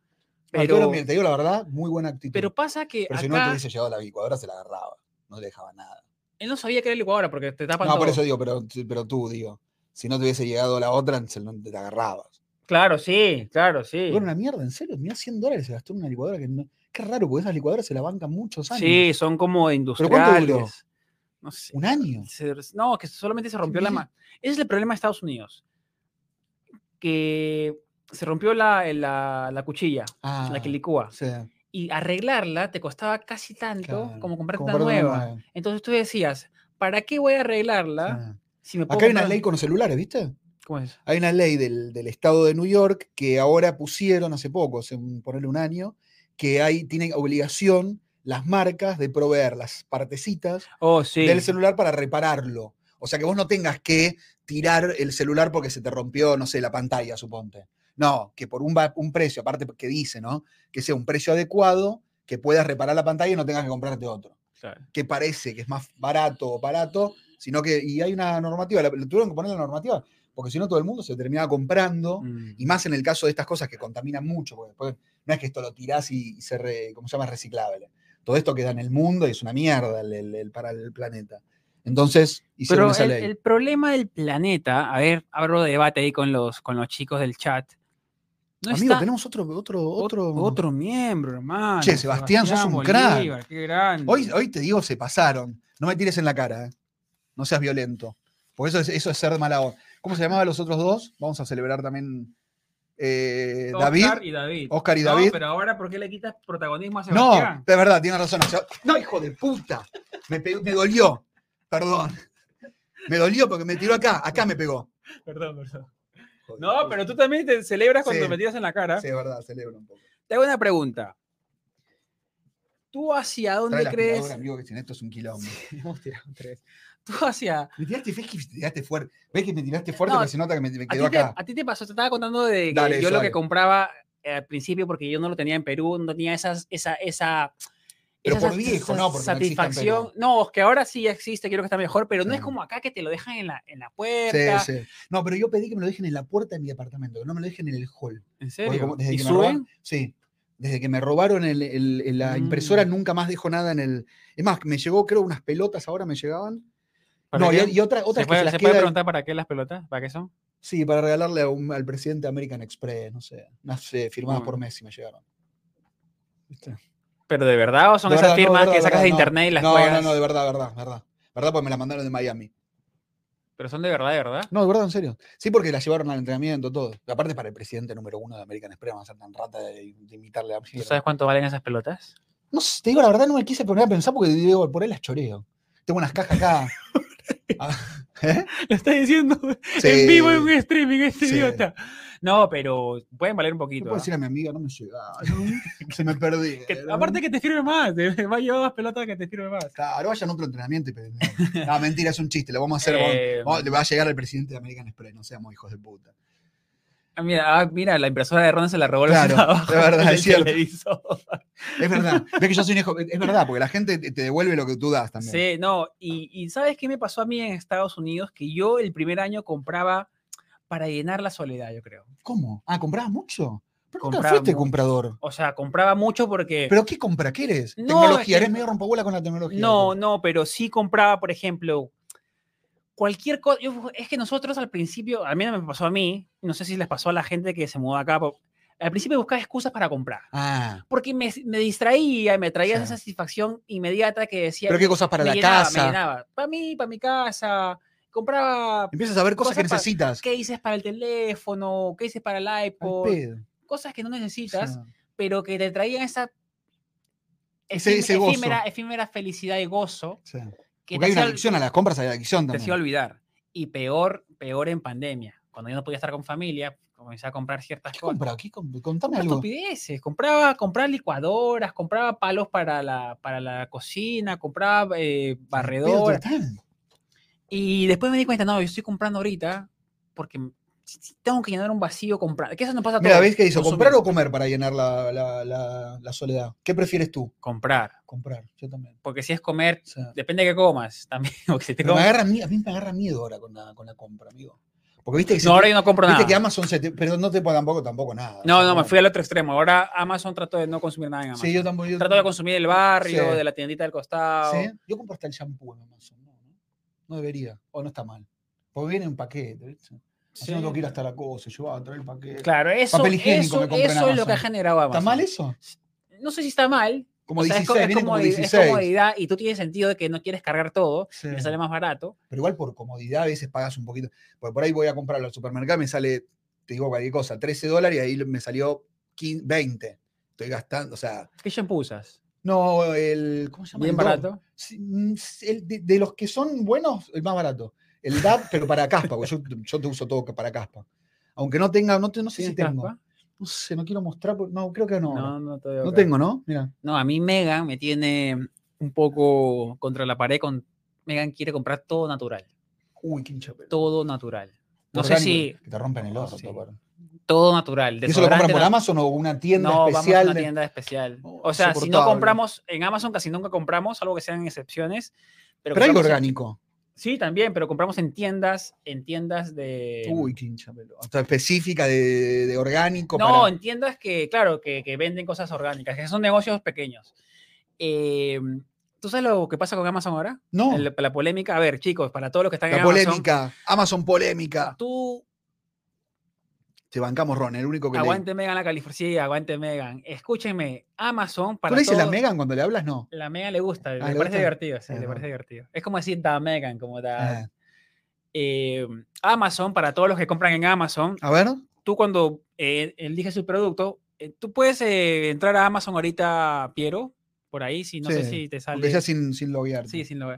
tuvieron Pero, bien, te digo la verdad, muy buena actitud. pero pasa que Pero si no te acá Ah, hubiese llegado a la licuadora, se la agarraba. No le dejaba nada. él no sabía que era licuadora porque te tapan No, todo. por eso digo, pero, pero tú, digo. Si no te hubiese llegado la otra, se no te la agarrabas. Claro, sí, claro, sí. Era una mierda, en serio. Mira, 100 dólares se gastó en una licuadora que no. Qué raro, porque esas licuadoras se la bancan muchos años. Sí, son como ¿Pero cuánto industriales. duró? No sé. Un año. Se- no, que solamente se rompió la Sí. mano. Ese es el problema de Estados Unidos. Que se rompió la, eh, la, la cuchilla, Ah, la que licúa. o sea, Y arreglarla te costaba casi tanto claro. como comprarte una Comprarte una nueva. Entonces tú decías, ¿para qué voy a arreglarla Sí. si me puedo ¿ah? Acá hay una comprar- ley con los celulares, ¿viste? ¿Cómo es? Hay una ley del, del estado de New York que ahora pusieron hace poco, hace un- ponerle un año, que hay, tienen obligación las marcas de proveer las partecitas Oh, sí. del celular para repararlo. O sea que vos no tengas que tirar el celular porque se te rompió, no sé, la pantalla, suponte. No, que por un, va- un precio, aparte que dice, ¿no? Que sea un precio adecuado, que puedas reparar la pantalla y no tengas que comprarte otro. Claro. Que parece que es más barato o barato, sino que. Y hay una normativa, la, le tuvieron que poner la normativa, porque si no todo el mundo se terminaba comprando. Mm. Y más en el caso de estas cosas que contaminan mucho, porque después no es que esto lo tirás y, y se, re- ¿cómo se llama? reciclable. Todo esto queda en el mundo y es una mierda el- el- el- para el planeta. Entonces hicieron Pero esa el, ley. el problema del planeta, a ver, abro debate ahí con los, con los chicos del chat. No Amigo, está tenemos otro, otro, ot- otro. otro miembro, hermano. Che, Sebastián, sos un crack. Bolívar, qué grande. Hoy, hoy te digo, se pasaron. No me tires en la cara, ¿eh? no seas violento. Porque eso es, eso es ser mala onda. ¿Cómo se llamaban los otros dos? Vamos a celebrar también eh, Oscar David. y David. Oscar y No, David. pero ahora, ¿por qué le quitas protagonismo a No, Sebastián? de verdad, tienes razón. o sea, no, hijo de puta. Me, pegó- me dolió. Perdón. Me dolió porque me tiró acá. Acá me pegó. Perdón, perdón. Hijo de No, puta. pero tú también te celebras cuando Sí. me tiras en la cara. Sí, es verdad, celebro un poco. Te hago una pregunta. ¿Tú hacia Trae dónde la aspiradora, crees? amigo, que sin esto es un quilombo. Hemos tirado tres. ¿Tú hacia, Me tiraste, ves que me tiraste fuerte. Ves que me tiraste fuerte No, porque se nota que me, me ¿A ti, quedó te, acá. a ti te pasó, te estaba contando de que Dale, yo eso, lo dale. que compraba eh, al principio porque yo no lo tenía en Perú, no tenía esas, esa, esa, Pero esa por sat- viejo, esa no, porque no existe en satisfacción. Perú. No, es que ahora sí ya existe, quiero que está mejor, pero no es Sí. como acá que te lo dejan en la, en la Sí, puerta. sí. No, pero yo pedí que me lo dejen en la puerta de mi departamento, que no me lo dejen en el hall. ¿En Porque serio? como- desde ¿Y que me robaron- suben? sí. Desde que me robaron el- el- el- la Mm. impresora, nunca más dejo nada en el. Es más, me llegó, creo, unas pelotas ahora me llegaban. ¿Para No, y, qué? y otra, ¿Se, otras que puede, se las se puede queda el- preguntar para qué las pelotas? ¿Para qué son? Sí, para regalarle a un- al presidente de American Express, no sé. Unas eh, firmadas Bueno. por Messi me llegaron. ¿Viste? ¿Pero de verdad o son De verdad, esas no, de firmas verdad, que de sacas verdad, de no. internet y las No, juegas? no, no, de verdad, de verdad, de verdad. De verdad, porque me las mandaron de Miami. Pero son de verdad, de verdad. No, de verdad, en serio. Sí, porque las llevaron al entrenamiento, todo. Aparte, para el presidente número uno de American Express, van a ser tan rata de, de imitarle a ¿Tú sabes cuánto valen esas pelotas? No sé, te digo la verdad, no me quise poner a pensar porque digo, por él las choreo. Tengo unas cajas acá. Ah, ¿eh? Lo estás diciendo Sí. en vivo en un streaming, este Sí. idiota. No, pero pueden valer un ¿Qué poquito. puedo ¿ah? decir a mi amiga? No me llegaron. Se me perdí. Que- aparte que te sirve más, te va a llevar más pelotas que te sirve más. Claro, vayan a otro entrenamiento y pedime. No, mentira, es un chiste, lo vamos a hacer. vamos- Eh, vamos- le va a llegar al presidente de American Express, no seamos hijos de puta. Ah, mira, ah, mira, la impresora de Ron se la robó el Claro, trabajo es verdad, del es cierto. televisor. Es verdad. Ves que yo soy un hijo- Es verdad, porque la gente te te devuelve lo que tú das también. Sí, no, y, y ¿sabes qué me pasó a mí en Estados Unidos? Que yo el primer año compraba para llenar la soledad, yo creo. ¿Cómo? Ah, ¿comprabas mucho? Pero nunca Compraba fuiste mucho. comprador. O sea, compraba mucho porque... ¿Pero qué compra? ¿Qué eres? No, Tecnología, es que- eres medio rompobola con la tecnología. No, no, pero sí compraba, por ejemplo, cualquier cosa. Es que nosotros al principio, al menos me pasó a mí, no sé si les pasó a la gente que se mudó acá, po- al principio buscaba excusas para comprar. Ah, Porque me, me distraía y me traía esa Sí. satisfacción inmediata que decía. pero qué cosas para me la llenaba, casa. Me llenaba. Para mí, para mi casa. Compraba. Empiezas a ver cosas, que Cosas pa- necesitas. ¿Qué dices para el teléfono? ¿Qué dices para el Al iPod? pedo, o Cosas que no necesitas, sea, pero que te traían esa Ese- ese efí- gozo. efímera, efímera felicidad y gozo o sea, porque que hay te una hacía- adicción a las compras, hay adicción te también. hacía olvidar. Y peor, peor en pandemia, cuando yo no podía estar con familia, comencé a comprar ciertas ¿Qué cosas. compra? ¿Qué comp- Contame Compraba algo. estupideces, compraba, compraba licuadoras, compraba palos para la, para la cocina, compraba eh, barredoras. Pedo total. Y después me di cuenta, no, yo estoy comprando ahorita porque m- si- si tengo que llenar un vacío comprar. Que eso nos pasa a Mira, todos, ¿ves qué hizo? consumir. ¿Comprar o comer para llenar la, la- la- la soledad? ¿Qué prefieres tú? Comprar. Comprar, yo también. Porque si es comer, O sea, depende de qué comas también. porque si te pero me comes- agarra mie- a mí me agarra miedo ahora con la, con la compra, amigo. Porque viste que, se- No, ahora yo no compro viste nada. que Amazon se te- pero no te paga tampoco, tampoco nada. O No, sea, no, me fui al otro extremo. Ahora Amazon trato de no consumir nada en Amazon. Sí, yo tampoco. Yo, Trato de consumir el barrio, Sí. de la tiendita del costado. Sí, Yo compro hasta el shampoo en Amazon. No, ¿no? No debería. O no está mal. Porque viene en paquete. ¿viste? Así Sí. no tengo que ir hasta la cosa. Yo voy a traer el paquete. Claro, eso, Papel higiénico eso, me compro en eso es lo que ha Amazon. generado Amazon. ¿Está mal eso? No sé si está mal. Como o sea, 16, es co- es, viene como comodi- es 16. comodidad y tú tienes sentido de que no quieres cargar todo Sí. y te sale más barato. Pero igual por comodidad a veces pagas un poquito. Porque por ahí voy a comprarlo al supermercado y me sale, te digo cualquier cosa, 13 dólares y ahí me salió 15, 20. Estoy gastando, o sea, ¿Qué shampoo usas? no, el, ¿cómo se llama? Bien El Dove. barato. Sí, mm, s- el de, de los que son buenos, el más barato. El DAP, pero para caspa, porque yo, yo te uso todo que para caspa. Aunque no tenga, no, te- no sé si ¿Tienes tengo. caspa? No sé, no quiero mostrar, porque- no, creo que no. No, No, no, te veo acá. tengo, ¿no? Mira. No, a mí Megan me tiene un poco contra la pared. Con... Megan quiere comprar todo natural. Uy, qué hincha pelota. Todo natural. No sé si Orgánico, Que te rompen el ojo. Sí. todo. todo natural. ¿Y ¿Eso lo compran desodorante por nat- Amazon o una tienda no, especial? vamos a una de- tienda especial. Oh, o sea, si no insoportable. compramos en Amazon, casi nunca compramos, salvo que sean excepciones. Pero, Pero hay compramos en- orgánico. Sí, también, pero compramos en tiendas, en tiendas de... Uy, qué hincha pelota. O sea, específica de, de orgánico. no, para- en tiendas que, claro, que, que venden cosas orgánicas, que son negocios pequeños. Eh, ¿Tú sabes lo que pasa con Amazon ahora? no. El- la polémica, a ver, chicos, para todos los que están en la Amazon, polémica. Amazon polémica. tú Te bancamos, Ron, el único que le... aguante Megan la California, sí, aguante Megan. Escúchenme, Amazon ¿Tú para le dices la todos- Megan cuando le hablas? No. La Megan le gusta, le Ah, ¿le parece gusta? divertido, sí, Ah, le no. parece divertido. Es como decir da Megan, como da... Ah, eh, Amazon, para todos los que compran en Amazon, a ver. tú cuando eh, eliges el producto, eh, tú puedes eh, entrar a Amazon ahorita, Piero, por ahí, si no sé Sí, si te Aunque sale. sea sin, sin loguearte. Sí, sin lo-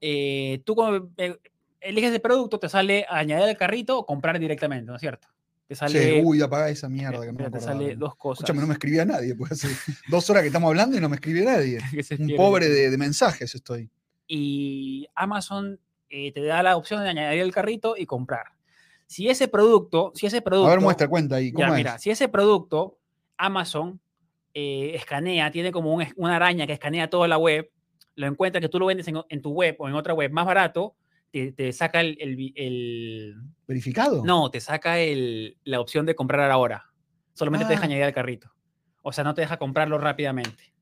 Eh, tú cuando eh, eliges el producto, te sale añadir al carrito o comprar directamente, ¿no es cierto? Te Sí, sale, eh, uy, apaga esa mierda mira, que no me mira, te acordaba. sale dos cosas. Escúchame, no me escribía nadie, porque hace dos horas que estamos hablando y no me escribe nadie. que se Un pierden. pobre de, de mensajes estoy. y Amazon eh, te da la opción de añadir el carrito y comprar. Si ese producto, si ese producto, A ver, muestra, cuenta ahí. ¿Cómo ya, es? mira, si ese producto Amazon eh, escanea, tiene como un es- una araña que escanea toda la web, lo encuentra que tú lo vendes en, o- en tu web o en otra web más barato, te, te saca el, el vi- el- ¿Verificado? no, te saca el- la opción de comprar ahora. Solamente te deja Ah. añadir al carrito. O sea, no te deja comprarlo rápidamente.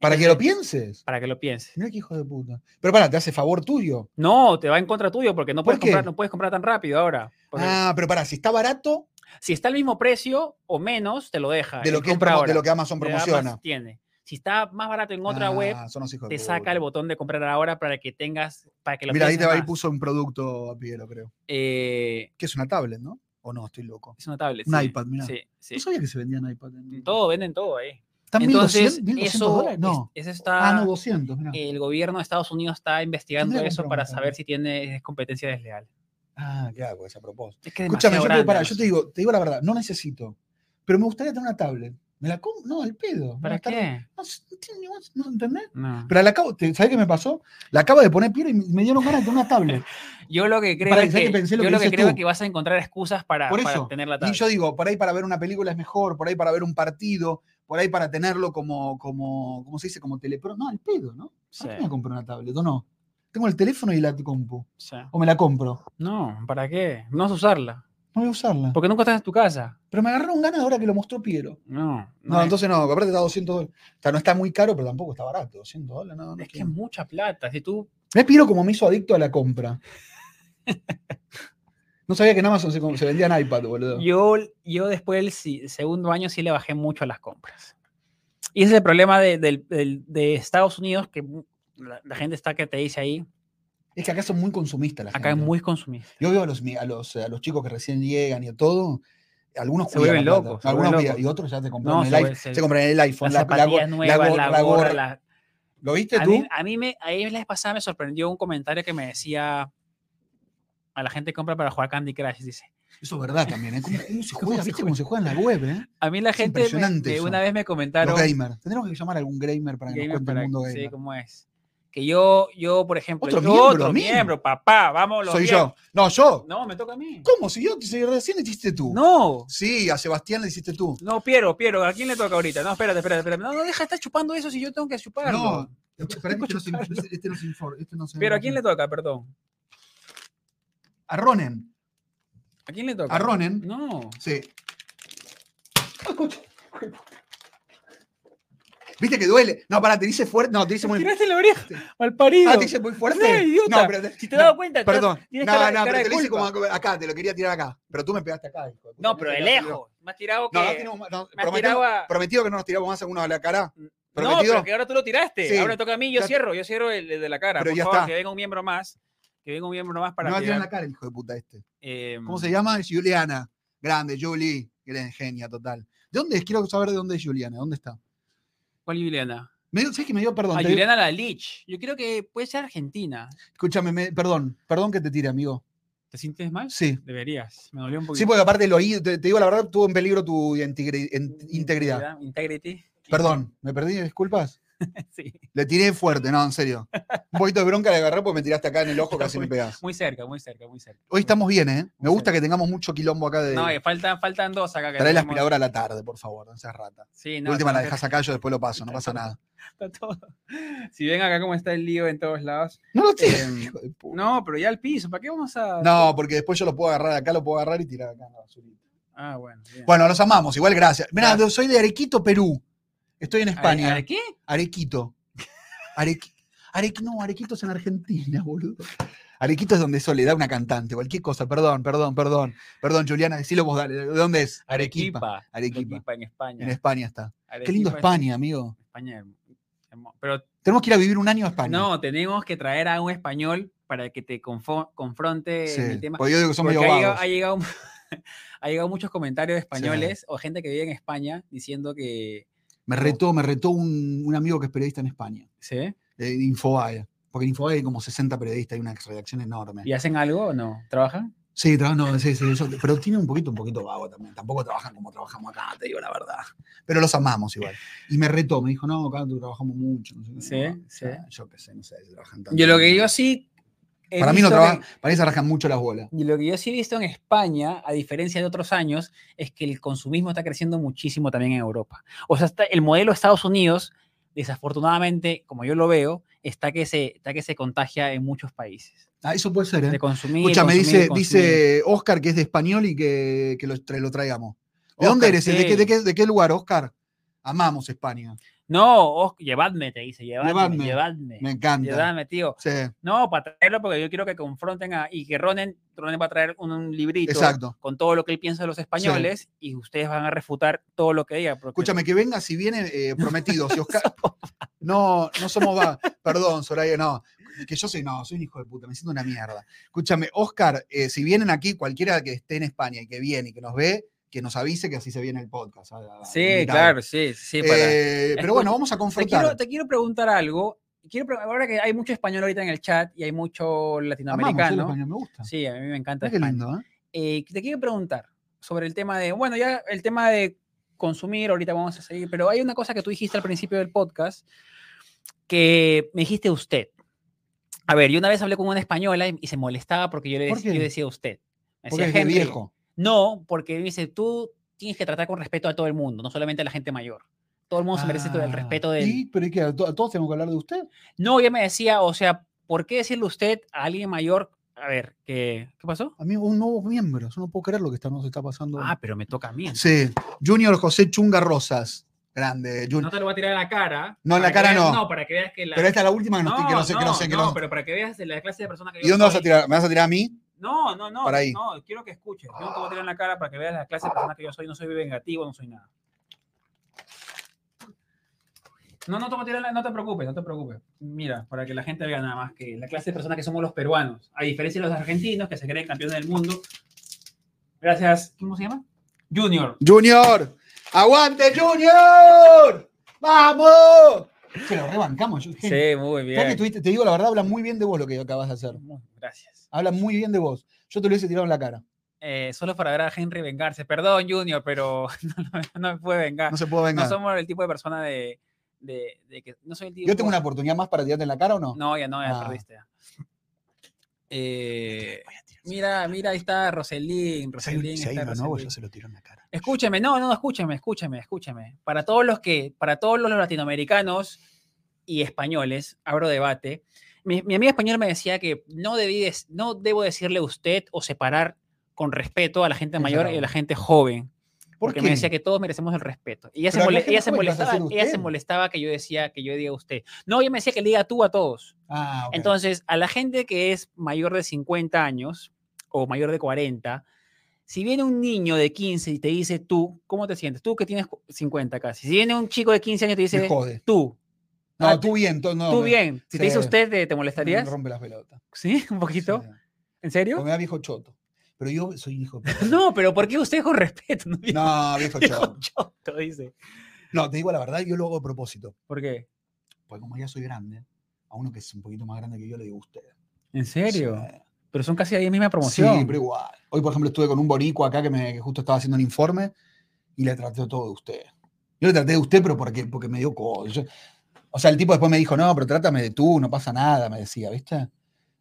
Para que Entonces, lo pienses. Para que lo pienses. Mira qué hijo de puta. Pero pará, te hace favor tuyo. No, te va en contra tuyo porque no ¿Por puedes, comprar, qué? no puedes comprar tan rápido ahora. porque Ah, pero pará, si está barato Si está al mismo precio o menos, te lo deja. de lo, el que, él Ah, eh, compra promo- de ahora. lo que Amazon te da más- promociona. tiene. Si está más barato en otra web, Ah, son los hijos de te saca puta. el botón de comprar ahora para que tengas, para que lo Mira, ahí, te pienses va, ahí más. puso un producto a Piero, creo. Eh, Que es una tablet, ¿no? O no, estoy loco. es una tablet. Un Eh, sí, iPad, mirá. Sí, sí. No sabía que se vendían iPad. En... Este, Todo, venden todo ahí. ¿Están Entonces, 1200, 1200 eso, dólares? No. es- eso está, eh, Ah, no, 200, mirá. el gobierno de Estados Unidos está investigando Tendría que eso comprar para uno saber también. si tiene es competencia desleal. Ah, claro, pues a propósito. Es que es Escúchame, yo, demasiado te- grande, pará, ¿no? yo te digo, te digo la verdad, no necesito. Pero me gustaría tener una tablet. Me la compro. No, al pedo. me ¿Para la tar- qué? No, sé, no tiene ningún- no, ¿Entendés? No. Pero la acabo, te- ¿sabés qué me pasó? La acabo de poner piedra y me dieron ganas de una tablet. Yo lo que creo, Para, es, ¿sabes que, qué pensé? Lo yo que lo que dices creo tú. es que vas a encontrar excusas para, Por para eso. tener la Y tablet. yo digo, por ahí para ver una película es mejor, por ahí para ver un partido, por ahí para tenerlo como, como ¿cómo se dice? Como telepro. No, al pedo, ¿no? Sí, ¿Para qué me voy a comprar una tablet o no? Tengo el teléfono y la compu. sí. O me la compro. No, ¿para qué? No vas a usarla. No voy a usarla. Porque nunca estás en tu casa. Pero me agarraron ganas ahora que lo mostró Piero. No. No, es- entonces no, aparte está 200 dólares. O sea, no está muy caro, pero tampoco está barato. 200 dólares, no, no Es que es tiene. mucha plata. Si tú. ¿Ves, Piero, como me hizo adicto a la compra? No sabía que en Amazon se, com- se vendían iPad, boludo. Yo, yo después del si- segundo año sí le bajé mucho a las compras. Y ese es el problema de, del- del- de Estados Unidos, que mu- la, la gente está que te dice ahí. Es que acá son muy consumistas la Acá es gente. muy consumista. Yo veo a los, mi- a los, a los chicos que recién llegan y a todo. Algunos Se cuidan vuelven la plata, locos, se algunos vuelven cuidan, locos. y otros ya te compraron No, el se iPhone. vuel- se- Se compran el iPhone, Las la, la go- zapatillas nuevas, la, gor- la gorra, gorra. la- ¿Lo viste A tú? mí, a mí me, a mí la vez pasada me sorprendió un comentario que me decía a la gente compra para jugar Candy Crush, dice. Eso es verdad también. ¿eh? ¿Cómo, cómo se ¿Cómo juega? se ¿Viste cómo se juega en la web? ¿eh? A mí la Es gente me- impresionante me- eso. una vez me comentaron Los gamers. Tendremos que llamar a algún gamer para que gamer nos cuente para- el mundo sí, gamer. cómo es. Que yo yo por ejemplo, Otro yo- miembro, otro mismo. miembro, papá, vamos los Soy diez. yo. No, yo. No, me toca a mí. ¿Cómo? Si yo si recién le hiciste tú. No. Sí, a Sebastián le hiciste tú. No, Piero, Piero, ¿a quién le toca ahorita? No, espérate, espérate, espérate. No, no deja de estar chupando eso si yo tengo que chuparlo. No, espera, este no se- Escuchalo. este no se informa. este no se- Pero ¿a quién le toca, perdón? A Ronen. ¿A quién le toca? A Ronen. No. Sí. ¿Viste que duele? No, pará, te dice fuerte. No, te dice muy Tiraste la oreja, Sí. malparido. Ah, te dice muy No, fuerte. idiota. pero te- Si te no, das cuenta, te- Perdón. No, tienes cara- no, cara pero de te lo hice culpa. como acá, te lo quería tirar acá. Pero tú me pegaste acá, hijo. de puta. No, pero de Te lejos. Más tirado que. No, no, tenemos- no, me has prometido, tirado a- prometido que no nos tiramos más a uno a la cara. No, ¿Prometido? pero que ahora tú lo tiraste. Sí. Ahora toca a mí, yo Ya- cierro, yo cierro el, el de la cara. Pero Por ya favor, está. que venga un miembro más. Que venga un miembro más para me va a tirar en tirar. la cara, el hijo de puta este. eh, ¿Cómo se llama? Es Juliana. Grande, Julie. Gran genia, total. ¿De dónde es? Quiero saber de dónde es Juliana. ¿Dónde está? ¿Cuál Juliana? Me dio- ¿Sabes que me dio perdón? A te- Ah, Juliana la Lich. Yo creo que puede ser argentina. Escúchame, me- perdón. Perdón que te tire, amigo. ¿Te sientes mal? Sí. Deberías. Me dolió un poquito. Sí, porque aparte lo oí, te, te digo la verdad, tuvo en peligro tu integri- Mm, en- integridad. Integrity. Perdón, me perdí, disculpas. Sí. Le tiré fuerte, no, en serio. Un poquito de bronca le agarré porque me tiraste acá en el ojo, casi me pegas. Muy cerca, muy cerca, muy cerca. Hoy estamos bien, ¿eh? Me gusta que tengamos mucho quilombo acá de. No, eh, faltan, faltan dos acá. que Trae la tenemos- aspiradora a la tarde, por favor, no seas rata. Sí, La no. última la tenemos dejas acá, yo después lo paso, no pasa nada. que- está todo. Si ven acá cómo está el lío en todos lados. No lo tires. Em, hijo de puta. no, pero ya al piso. ¿Para qué vamos a.? No, porque después yo lo puedo agarrar acá, lo puedo agarrar y tirar acá en la basurita. Ah, bueno. bien. Bueno, los amamos, igual gracias. Mirá, Gracias. yo soy de Arequito, Perú. Estoy en España. ¿A- a- ¿Qué? Arequito. Arequi- Arequi- no, Arequito es en Argentina, boludo. Arequito es donde es Soledad, una cantante, cualquier cosa. Perdón, perdón, perdón. Perdón, Juliana, decilo vos, dale. ¿De dónde es? Arequipa. Arequipa. en España. En España está. Qué Arequipa lindo es- España, amigo. España es hermo- Pero Tenemos que ir a vivir un año a España. no, tenemos que traer a un español para que te confo- confronte Sí, en el tema. porque yo digo que son Porque medio ha llegado, vagos. ha, llegado, ha llegado muchos comentarios españoles o gente que vive en España diciendo que. Me retó, me retó un, un amigo que es periodista en España, ¿Sí? de Infobae. Porque en Infobae hay como 60 periodistas, hay una redacción enorme. ¿Y hacen algo o no? ¿Trabajan? Sí, tra- no, sí, sí, eso- pero tiene un poquito, un poquito vago también. Tampoco trabajan como trabajamos acá, te digo la verdad. Pero los amamos igual. Y me retó, me dijo, no, acá trabajamos mucho. No sé, qué". Sí, O sea, Yo qué sé, no sé, si trabajan tanto. Yo lo que yo sí. he Para mí no visto que- trabajan, para mí se rajan mucho las bolas. Y lo que yo sí he visto en España, a diferencia de otros años, es que el consumismo está creciendo muchísimo también en Europa. O sea, está- el modelo de Estados Unidos, desafortunadamente, como yo lo veo, está que se, está que se contagia en muchos países. Ah, eso puede ser, De ¿eh? consumir. Escucha, me consumir, dice, consumir. dice Oscar que es de español y que, que lo, tra- lo traigamos. ¿De Oscar, dónde eres? ¿De, qué, sí. de qué- de qué lugar, Oscar? Amamos España. No, os- llevadme, te dice, llevadme, Llevadme, llevadme. Llevadme, Me encanta. tío. Sí, No, para traerlo, porque yo quiero que confronten a. Y que Ronen, Ronen va a traer un, un librito. exacto. con todo lo que él piensa de los españoles y ustedes van a refutar todo lo que diga. porque- Escúchame, que venga si viene eh, prometido. Si Oscar... No, no somos va. Perdón, Soraya, no. Que yo soy, no, soy un hijo de puta, me siento una mierda. Escúchame, Oscar, eh, si vienen aquí, cualquiera que esté en España y que viene y que nos ve, que nos avise que así se viene el podcast. a- a- Sí, invitado. claro, sí, sí. para- Eh, pero bueno, Escucha, vamos a Te quiero, confrontar. te quiero preguntar algo. Quiero pre- ahora que hay mucho español ahorita en el chat y hay mucho Amamos, el latinoamericano. español, me gusta. Sí, a mí me encanta Mirá qué España. lindo, ¿eh? Eh, te quiero preguntar sobre el tema de, bueno, ya el tema de consumir, ahorita vamos a seguir, pero hay una cosa que tú dijiste al principio del podcast que me dijiste usted. A ver, yo una vez hablé con una española y, y se molestaba porque yo le ¿Por decía, qué? yo decía usted. Me Porque decía, es de "Henry". viejo. No, porque dice, tú tienes que tratar con respeto a todo el mundo, no solamente a la gente mayor. Todo el mundo se merece todo el Ah, respeto del... ¿Y? ¿Pero es que a to- a todos tenemos que hablar de usted? No, ella me decía, o sea, ¿por qué decirle usted a alguien mayor? A ver, ¿qué, ¿qué pasó? Amigo, un nuevo miembro. Yo no puedo creer lo que está- nos está pasando. Ah, pero me toca a mí. entonces. sí. Junior José Chunga Rosas. Grande. Jun- No te lo voy a tirar a la cara. No, en la para que cara veas- no. No, para que veas que la... Pero esta es la última que no, que no sé, que no no, sé, que no, no- pero para que veas de la clase de persona que ¿Y yo dónde vas a soy. tirar? ¿Me vas a tirar a mí? No, no, no. Por ahí. No, quiero que escuches. Yo no te voy a tirar en la cara para que veas la clase de persona que yo soy. No soy vengativo, no soy nada. No, no te voy a tirar en la- no te preocupes, no te preocupes. Mira, para que la gente vea nada más que la clase de personas que somos los peruanos, a diferencia de los argentinos que se creen campeones del mundo. Gracias, ¿cómo se llama? Junior. Junior. ¡Aguante, Junior! ¡Vamos! Se lo rebancamos. Jun- muy ¿Sabes que tuviste- te digo la verdad, habla muy bien de vos lo que acabas de hacer. Gracias. Habla muy bien de vos. Yo te lo hubiese tirado en la cara. Eh, solo para ver a Henry vengarse. Perdón, Junior, pero no, no me puede vengar. No se puede No vengar. somos el tipo de persona de, de- de que no soy el tipo. Yo tengo una oportunidad más para tirarte en la cara o no? No, ya no, ya Ah. perdiste. ya. Eh, mira, mira, ahí está Roselín. Roselín está Roselín. lo tiro en la cara. Escúchame, no, no, escúchame, escúchame, escúchame. Para todos los que, para todos los latinoamericanos y españoles, abro debate. Mi, mi amiga española me decía que no, debí des- no debo decirle usted o separar con respeto a la gente Esa mayor era y a la buena. gente joven ¿Por porque qué? me decía que todos merecemos el respeto. Y ella, se, Pero a la mole- gente ella, se joven le vas a molestaba, decir ella se usted. molestaba que yo decía que yo diga usted. No, ella me decía que le diga tú a todos. Ah, ok. Entonces, a la gente que es mayor de 50 años o mayor de 40, si viene un niño de 15 y te dice tú, ¿cómo te sientes? Tú que tienes cu- 50 casi. Si viene un chico de 15 años y te Me dice jode. tú, No, ah, tú bien, tú, no, tú me- bien. Si te dice sí. usted, ¿te, te me molestarías? rompe las pelotas. Sí, un poquito. Sí. ¿En serio? Porque me da viejo choto. Pero yo soy hijo de puta. No, pero ¿por qué usted con respeto? No, No, viejo dijo choto. choto, dice. No, te digo la verdad, yo lo hago a propósito. ¿Por qué? Porque como ya soy grande, a uno que es un poquito más grande que yo le digo usted. ¿En serio? Sí. Pero son casi ahí misma promoción. Sí, pero igual. Hoy, por ejemplo, estuve con un boricua acá que, me, que justo estaba haciendo un informe y le traté todo de usted. Yo le traté de usted, pero porque, porque me dio codo. Yo- o sea, el tipo después me dijo, no, pero trátame de tú, no pasa nada, me decía, ¿viste?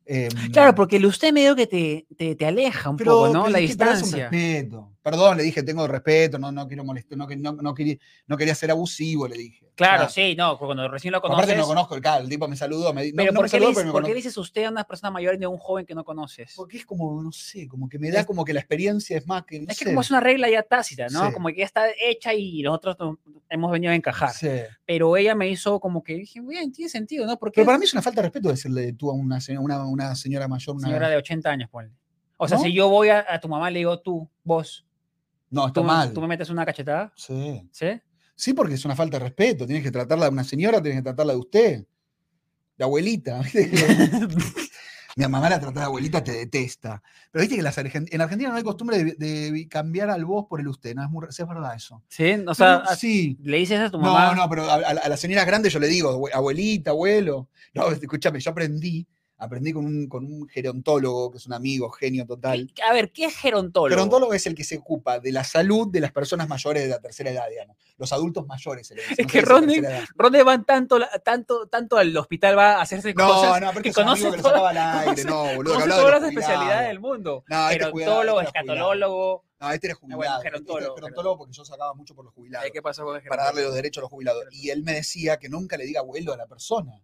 Em, Claro, porque el usted medio que te, te, te aleja un pero- poco, ¿no? pero La es que- pero es un distancia. respeto. Perdón, le dije, tengo respeto, no, no quiero molestar, no, que- no, no quería, no quería ser abusivo, le dije. Claro, Ah, sí, no, cuando recién lo Aparte conoces. no conozco, claro, el tipo me saludó, me, di- no, pero no ¿por, me qué saludó, le dices, pero me por qué conoció. dices usted a una persona mayor y a un joven que no conoces? Porque es como, no sé, como que me da como que la experiencia es más que... no es sé. que como es una regla ya tácita, ¿no? Sí. Como que ya está hecha y nosotros no- hemos venido a encajar. Sí. Pero ella me hizo como que dije, bien, tiene sentido, ¿no? Porque Pero para mí es una falta de respeto decirle tú a una, señora- una, una señora mayor. Una... señora de 80 años, ponle. O sea, ¿No? si yo voy a, a tu mamá y le digo tú, vos, No, está tú, me- mal. tú me metes una cachetada, Sí. ¿sí? sí, porque es una falta de respeto. Tienes que tratarla de una señora, tienes que tratarla de usted. De abuelita. ¿viste? Mi mamá la trata de abuelita, te detesta. Pero viste que las argen- en Argentina no hay costumbre de, de cambiar al vos por el usted. No, es, muy- es verdad eso. ¿Sí? O sea, Pero sí. le dices a tu mamá. No, no, pero a, a la- a las señoras grandes yo le digo, "Abue- abuelita, abuelo. No, escúchame, yo aprendí, aprendí con un, con un gerontólogo, que es un amigo, genio total. ¿Qué- A ver, ¿qué es gerontólogo? Gerontólogo es el que se ocupa de la salud de las personas mayores de la tercera edad, digamos. Los adultos mayores. se le dice, Es no que se le dice Rodney- tercera edad. ¿Dónde van tanto, la- tanto, tanto al hospital va a hacerse No, cosas? no, aparte que es un amigo conoce que lo todas- sacaba al aire. conoce- No, boludo, que Conoce hablaba de todas las los especialidades jubilados. del mundo. No, este es jubilado, gerontólogo, ¿eh? este es jubilado. escatológo. No, este era bueno, jubilado. este era gerontólogo, gerontólogo porque yo sacaba mucho por los jubilados. Eh, ¿Qué pasó con el Para darle gerontólogo? los derechos a los jubilados. Y él me decía que nunca le diga abuelo a la persona.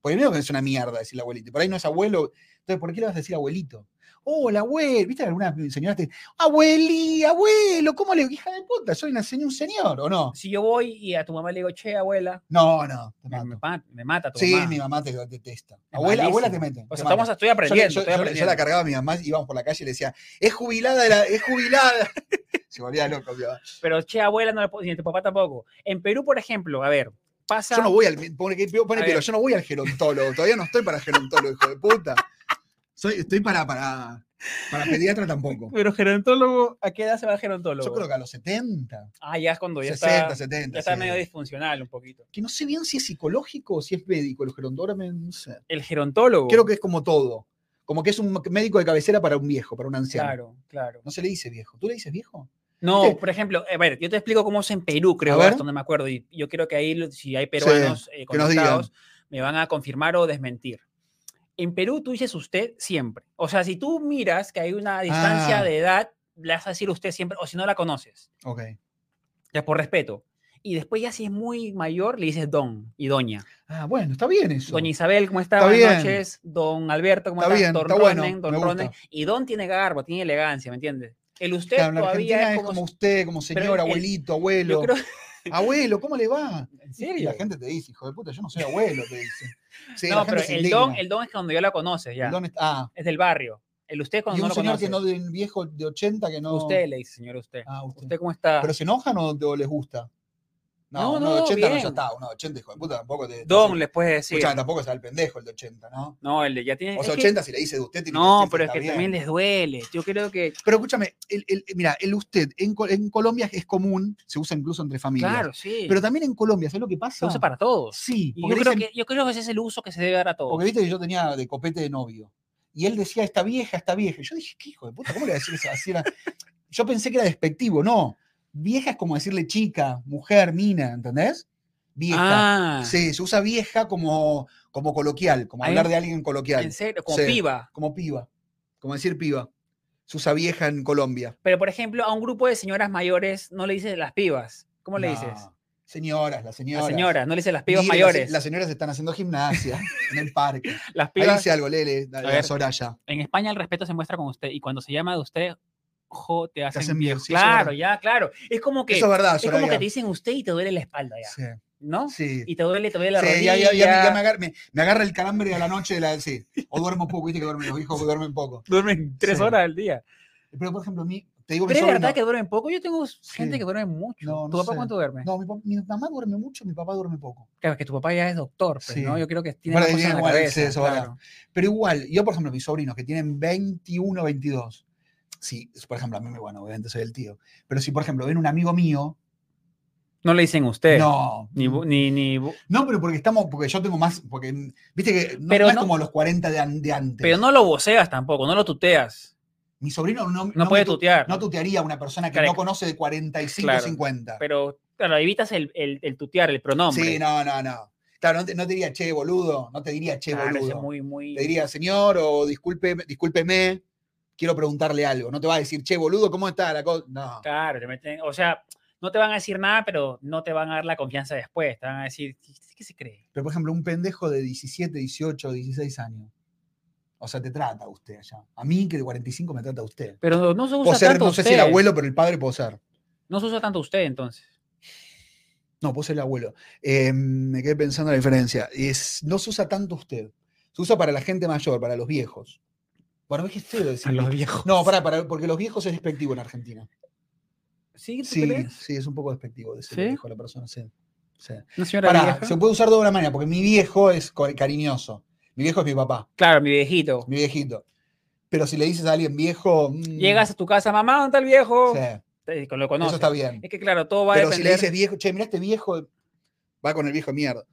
Porque veo que es una mierda decirle abuelito. y Por ahí no es abuelo. Entonces, ¿por qué le vas a decir abuelito? Hola, abuelo. ¿Viste algunas señoras te abueli, abuelo, ¿cómo le hija de puta? Soy una, señora- un señor, ¿o no? Si yo voy y a tu mamá le digo, che, abuela, No, no. te me, mato. me ma- me mata tu Sí, mamá. mi mamá te detesta. Abuela, abuela te mete. O te sea, mata. estamos, yo, estoy le- aprendiendo. yo- yo estoy le- yo aprendiendo. la cargaba a mi mamá, íbamos por la calle y le decía, es jubilada, de la- es jubilada. Se volvía loco. mi mamá. Pero che, abuela, no le puedo- ni a tu papá tampoco. En Perú, por ejemplo, a ver, pasa. Yo no voy al, pone, que- pone A pelo, ver. yo no voy al gerontólogo, todavía no estoy para gerontólogo, hijo de puta. Soy, estoy para, para, para pediatra tampoco. Pero gerontólogo, ¿a qué edad se va el gerontólogo? Yo creo que a los 70, Ah, ya es cuando ya 60, está. 70. Ya está sí. medio disfuncional un poquito. Que no sé bien si es psicológico o si es médico, el gerontólogo, me- no sé. El gerontólogo. Creo que es como todo. Como que es un médico de cabecera para un viejo, para un anciano. Claro, claro. No se le dice viejo. ¿Tú le dices viejo? No, por ejemplo, eh, a ver, yo te explico cómo es en Perú, creo, ver. hasta donde me acuerdo. Y yo creo que ahí, si hay peruanos eh, que nos digan. conectados, me van a confirmar o desmentir. En Perú tú dices usted siempre. O sea, si tú miras que hay una distancia Ah. de edad, le vas a decir usted siempre, o si no la conoces, Ok. ya por respeto. Y después ya si es muy mayor, le dices don y doña. Ah, bueno, está bien eso. Doña Isabel, ¿cómo está? Está Buenas bien. noches. Don Alberto, ¿cómo Está estás? bien, don está bueno, Ronen, me don gusta. Ronen. Y don tiene garbo, tiene elegancia, ¿me entiendes? El usted Claro, en todavía Argentina es como usted, como Pero señor, el- abuelito, si- abuelo. yo creo, Abuelo, ¿cómo le va? en Y serio. la gente te dice, hijo de puta, yo no soy abuelo, te dice. Sí, la no, gente pero se el don, indigna. el don es cuando ya la conoces, ya. El don es- ah, Es del barrio. El usted es cuando y un no lo señor conoces. que no, de un viejo de 80 que no. Usted le dice, señor, usted. Ah, usted. ¿Usted cómo está? ¿Pero se enojan o, o les gusta? No, uno no, de 80 no, bien. ya está. Uno de 80, hijo de puta, tampoco te. don, les puedes decir. Escuchá, tampoco está el pendejo el de 80, ¿no? No, el de ya O tiene. Eh, es sea, que- 80 si le dice de usted. Tiene no, decir pero es está que bien. también les duele. Yo creo que. Pero escúchame, el, el- mira, el usted en, Col- en Colombia es común, se usa incluso entre familias. Claro, sí. Pero también en Colombia, ¿sabes lo que pasa? se usa para todos. Sí, Y porque, yo, creo dicen- que, yo creo que ese es el uso que se debe dar a todos. porque viste que yo tenía de copete de novio. Y él decía, esta vieja, esta vieja. Y yo dije, ¿qué hijo de puta? ¿Cómo le voy a decir eso? Así era- Yo pensé que era despectivo, no. Vieja es como decirle chica, mujer, mina, ¿entendés? Vieja. ah, Sí, se usa vieja como, como coloquial, como Ahí- hablar de alguien coloquial. en serio, como Sí. piba. como piba, como decir piba. Se usa vieja en Colombia. Pero, por ejemplo, a un grupo de señoras mayores no le dices las pibas. ¿Cómo le No, dices? Señoras, las Las señoras. señoras, no le dices las pibas Miren, las- mayores. Las, señoras están haciendo gimnasia en el parque. las Ahí pibas. dice algo, Lele, A ver. dale, Soraya. En España el respeto se muestra con usted y cuando se llama de usted, jo, te hacen, hacen viejo. viejo, sí, eso es Claro, verdad. ya, claro. Es como que, Eso es verdad, es como que Soraya. te dicen usted y te duele la espalda ya, Sí, ¿no? sí. Y te duele, te duele la Sí, rodilla. ya, ya- ya- ya me, agarra, me- me agarra el calambre a la noche de la. Sí. O duermo poco, viste que duermen los hijos, duermen poco. Duermen tres Sí. horas al día. Pero, por ejemplo, mi, te digo mi Pero es verdad sobrino- que duermen poco. Yo tengo gente que duerme mucho. No, ¿Tu no papá sé. cuánto duerme? No, mi, pa- mi mamá duerme mucho, mi papá duerme poco. Claro, es que tu papá ya es doctor, pues, Sí. ¿no? Yo creo que tiene Bueno, más cosas en tiene la igual, cabeza. sí, eso es verdad. claro. Pero igual, yo, por ejemplo, mis sobrinos que tienen 21, 22, si, por ejemplo, a mí, me- bueno, obviamente soy el tío, pero si, por ejemplo, ven un amigo mío, No le dicen usted. no. Ni, bu- ni, ni bu- No, pero porque estamos, porque yo tengo más, porque, mm, viste que no, Pero no es no- como los 40 de, an- de antes. pero no lo voceas tampoco, no lo tuteas. Mi sobrino no, No, me puede tu- tutear. No tutearía a una persona que Correcto. no conoce de 45 Claro. 50. pero claro, evitas el, el, el tutear, el pronombre. sí, no, no, no. Claro, no te, no te diría che, boludo, no te diría che, Claro, ese es boludo. muy, muy... Te diría, señor, o disculpe, discúlpeme, quiero preguntarle algo. No te va a decir, che, boludo, ¿cómo está la cosa? No. Claro, te meten- o sea, no te van a decir nada, pero no te van a dar la confianza después. Te van a decir, ¿qué, qué se cree? Pero, por ejemplo, un pendejo de 17, 18, 16 años. O sea, te trata usted allá. A mí, que de 45 me trata usted. Pero no, no se usa Puedo ser, tanto no sé usted. si el abuelo, pero el padre puedo ser. No se usa tanto usted, entonces. No, puedo ser el abuelo. Eh, me quedé pensando la diferencia. Es, no se usa tanto usted. Se usa para la gente mayor, para los viejos. Bueno, es que es feo decirlo. viejos. No, para, para, porque los viejos es despectivo en Argentina. ¿Sí? ¿Tú Sí, crees? sí, es un poco despectivo decir ¿Sí? viejo a la persona. Sí. sí. ¿Una señora Pará, vieja? se puede usar de una manera, porque mi viejo es co- cariñoso. Mi viejo es mi papá. Claro, mi viejito. mi viejito. Pero si le dices a alguien viejo. mm, Llegas a tu casa, mamá, ¿dónde está el viejo? sí, Te- Lo conoces. eso está bien. Es que claro, todo va a Pero si le depender. dices viejo, che, mirá este viejo, va con el viejo de mierda.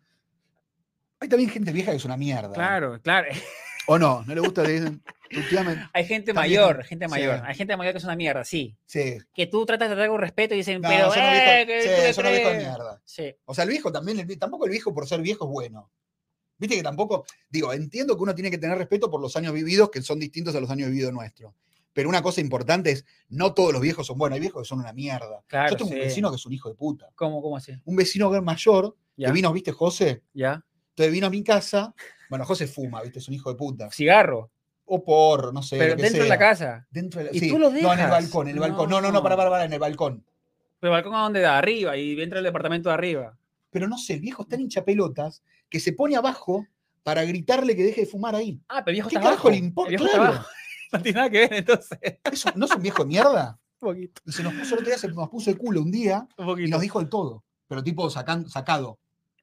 Hay también gente vieja que es una mierda. Claro, claro. O no, no le gusta, le dicen. "Tuteame". Hay gente También- mayor, gente sí. mayor. Hay gente mayor que es una mierda, sí. Sí. Que tú tratas de tratar con respeto y dicen, No, pero, son los viejos- eh, ¿qué- sí, tú qué son los viejos de crees?". mierda. Sí. O sea, el viejo también, el vie- tampoco el viejo por ser viejo es bueno. Viste que tampoco, digo, entiendo que uno tiene que tener respeto por los años vividos que son distintos a los años vividos nuestros. Pero una cosa importante es, no todos los viejos son buenos, hay viejos que son una mierda. Claro, Yo tengo sí. un vecino que es un hijo de puta. ¿Cómo, cómo así? un vecino mayor Ya, que vino, ¿viste, José? ya. Entonces vino a mi casa. Bueno, José fuma, ¿viste? Es un hijo de puta. Cigarro. O porro, no sé. Pero lo que dentro de la sea. casa. Dentro de la- ¿Y sí. tú lo No, en dejas? el balcón, en el balcón. No, no, No. no, para, para, para, en el balcón. Pero el balcón a dónde da, arriba, y entra el departamento de arriba. Pero no sé, el viejo está en hinchapelotas que se pone abajo para gritarle que deje de fumar ahí. Ah, pero el viejo ¿Qué está carajo abajo. le El importa? viejo está Claro. abajo. No tiene nada que ver, entonces. Eso- ¿No es un viejo de mierda? Un poquito, Y se nos puso el otro día, se nos puso el culo un día un y poquito. nos dijo el todo. Pero tipo sacan- sacado.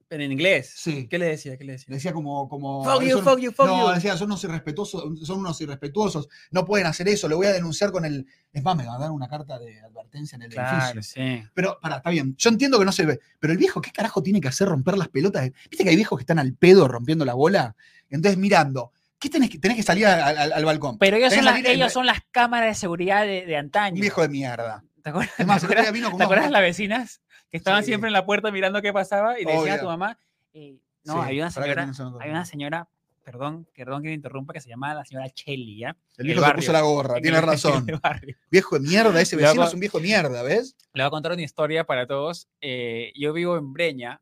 Pero en inglés. Sí. ¿Qué le decía? ¿Qué le decía? Le decía como. como Fuck you, son- fuck you, fuck no, you. decía, son unos irrespetuosos, son unos irrespetuosos, no pueden hacer eso, lo voy a denunciar con el. Es más, me mandaron una carta de advertencia en el Claro, edificio. sí. Pero, pará, está bien. Yo entiendo que no se ve. Pero el viejo, ¿qué carajo tiene que hacer romper las pelotas? ¿Viste que hay viejos que están al pedo rompiendo la bola? Entonces, mirando, ¿qué tenés que, tenés que salir al, al- al balcón? Pero ellos, Tenés son las, la vida- ellos son las cámaras de seguridad de, de Un antaño. viejo de mierda. ¿Te acuerdas? Es más, ¿Te el otro día vino con ¿Te unos- acuerdas las vecinas que estaban Sí. siempre en la puerta mirando qué pasaba y le decían a Obvio. tu mamá? eh, no, Sí, hay una pará que señora, tenemos otro. hay una señora, perdón, que- perdón que me interrumpa, que se llamaba la señora Chelly, ¿ya? El del viejo se barrio. puso la gorra, En tiene el- en Ah, razón. el barrio. Viejo de mierda, ese Le vecino hago- es un viejo de mierda, ¿ves? Le voy a contar una historia para todos. Eh, yo vivo en Breña.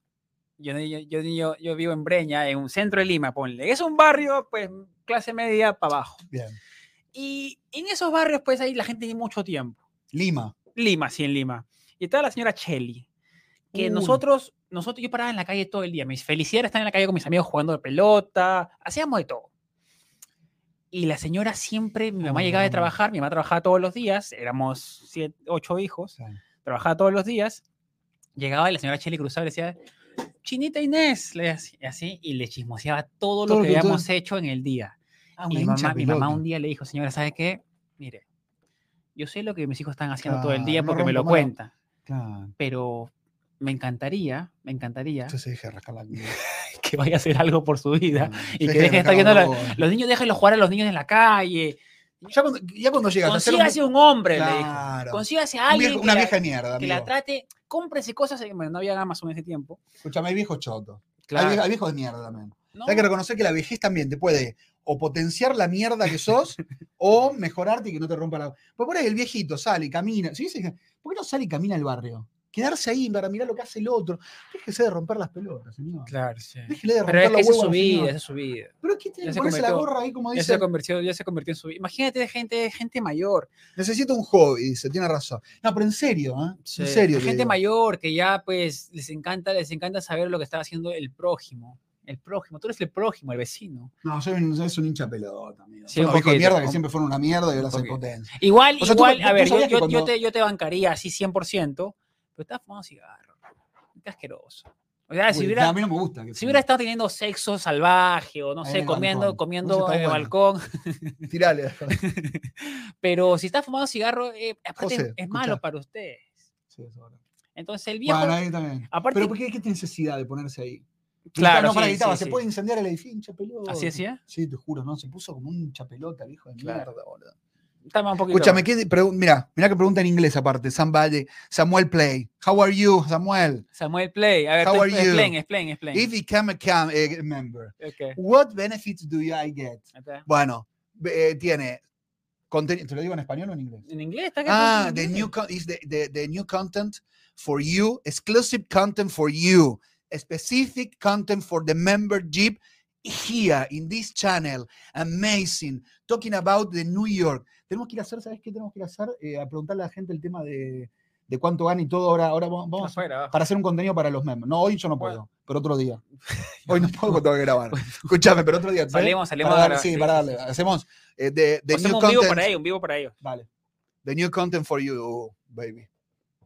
Yo, no- yo, yo- yo- yo vivo en Breña, en un centro de Lima, ponle. Es un barrio, pues, clase media para abajo. Bien. Y en esos barrios, pues, ahí la gente tiene mucho tiempo. Lima. Lima, sí, en Lima. Y estaba la señora Chelly, que Uy. nosotros, nosotros, yo paraba en la calle todo el día. Mis felicidades están en la calle con mis amigos jugando de pelota, hacíamos de todo. Y la señora siempre, mi mamá Ay, llegaba de hombre. trabajar, mi mamá trabajaba todos los días, éramos siete, ocho hijos trabajaba todos los días, llegaba y la señora Cheli Cruzado le decía, Chinita Inés, le decía así, y le chismoseaba Todo todo, lo lo que que tú- habíamos hecho en el día. Ah, Y una mi hincha mamá, mi mamá pelota. un día le dijo, señora, ¿sabe qué? Mire, yo sé lo que mis hijos están haciendo todo el Claro, día Ah, no porque me lo rompa, mano. cuentan, Claro. pero me encantaría, me encantaría Entonces deje de rascar la que vaya a hacer algo por su vida. Deje que deje de estar rascar viendo la- gorra. Los niños, déjenlos jugar a los niños en la calle. Ya cuando, ya cuando llegas a ser un, Consígase un hombre, le dijo. Claro. Consígase Un a alguien viejo- que una la- vieja de mierda, que la amigo. trate, cómprese cosas, en- bueno, no había Amazon en ese tiempo. Escúchame, hay viejos chotos. Hay, vie- Claro. hay viejos de mierda también. No, Hay que reconocer que la vejez también te puede o potenciar la mierda que sos o mejorarte y que no te rompa la. Pues por ahí el viejito sale y camina. ¿Sí? Sí, ¿Por qué no sale y camina al barrio? Quedarse ahí para mirar lo que hace el otro. Déjese de romper las pelotas, señor. claro, sí. Déjele de romper Pero es que los esa es huevos. su al vida, señor. esa es su vida. Pero es que tiene Ya que se ponerse la convirtió- gorra ahí, como Ya se, dice. convirtió, ya se convirtió en su vida. Imagínate gente, gente mayor. Necesita un hobby, dice, tiene razón. No, pero en serio, ¿eh? En serio. te Gente digo. mayor que ya pues les encanta, les encanta saber lo que está haciendo el prójimo. El prójimo, tú eres el prójimo, el vecino. No, soy un, es un hincha pelota, amigo. Sí, Son un los viejos de poquito, mierda que un- siempre fueron una mierda y ahora hacen poquito. potencia. Igual, O sea, tú- igual, tú- a tú ver, yo, sabías que yo- yo cuando- te, yo te bancaría así 100%, pero estás fumando cigarro. Qué asqueroso. O sea, Ah, si Uy, hubiera, a mí no me gusta. que si hubiera estado teniendo sexo salvaje o no Ahí sé, en el comiendo, balcón. Hubiese comiendo estado en el bueno. balcón, Tirale. Pero si está fumando cigarro, eh, aparte es- José, es escuchá. malo para ustedes. Sí, eso es verdad. Entonces el viejo, Bueno, ahí también. aparte, Pero ¿por qué, qué necesidad de ponerse ahí? Claro, no, para sí, guitarra, sí, se sí. puede incendiar el edificio, hincha pelota. así decía, Sí, te juro, ¿no? Se puso como un chapelota, viejo de Claro. mierda, boludo. estaba un poquito. Escúchame, ¿qué pregu- mira, mira que pregunta en inglés aparte, Sam Valle, Samuel Play. How are you, Samuel? Samuel Play, a ver, How tú, are you? explain, explain, explain. If you become a cam- eh, member, Ok, what benefits do you I get? ahí está. Bueno, be- eh, tiene contenido. ¿Te lo digo en español o en inglés? En inglés está acá, Ah, en the inglés. new con- is the, the, the new content for you, exclusive content for you, a specific content for the membership here in this channel. Amazing. Talking about the New York. Tenemos que ir a hacer, ¿sabes qué tenemos que ir a hacer? Eh, a preguntarle a la gente el tema de, de cuánto gana y todo. Ahora, ahora vamos, vamos a- Afuera, abajo. para hacer un contenido para los members. No, hoy yo no puedo, Bueno. pero otro día. Hoy no puedo, tengo que grabar. Escúchame, pero otro día. ¿sabes? Salimos, salimos Para a dar- grabar, sí, sí, para sí, darle. sí, sí. Hacemos eh, the, the new Hacemos un vivo content. para ellos, un vivo para ellos. Vale. The new content for you, baby.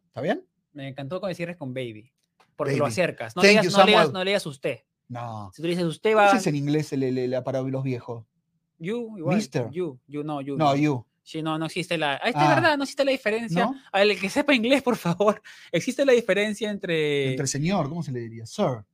¿Está bien? Me encantó cuando cierres con baby, porque lo Baby. acercas. No Thank leas, you, no, leas, Samuel. no leas usted. No. Si tú le dices usted ¿Qué va, es en inglés el, el- el- para los viejos? you, igual, Mister. you, you, no, you. No, you. Sí, no, no existe la, ahí está Ah. verdad, no existe la diferencia. ¿No? Al que sepa inglés, por favor, existe la diferencia entre, Entre señor, ¿cómo se le diría? Sir.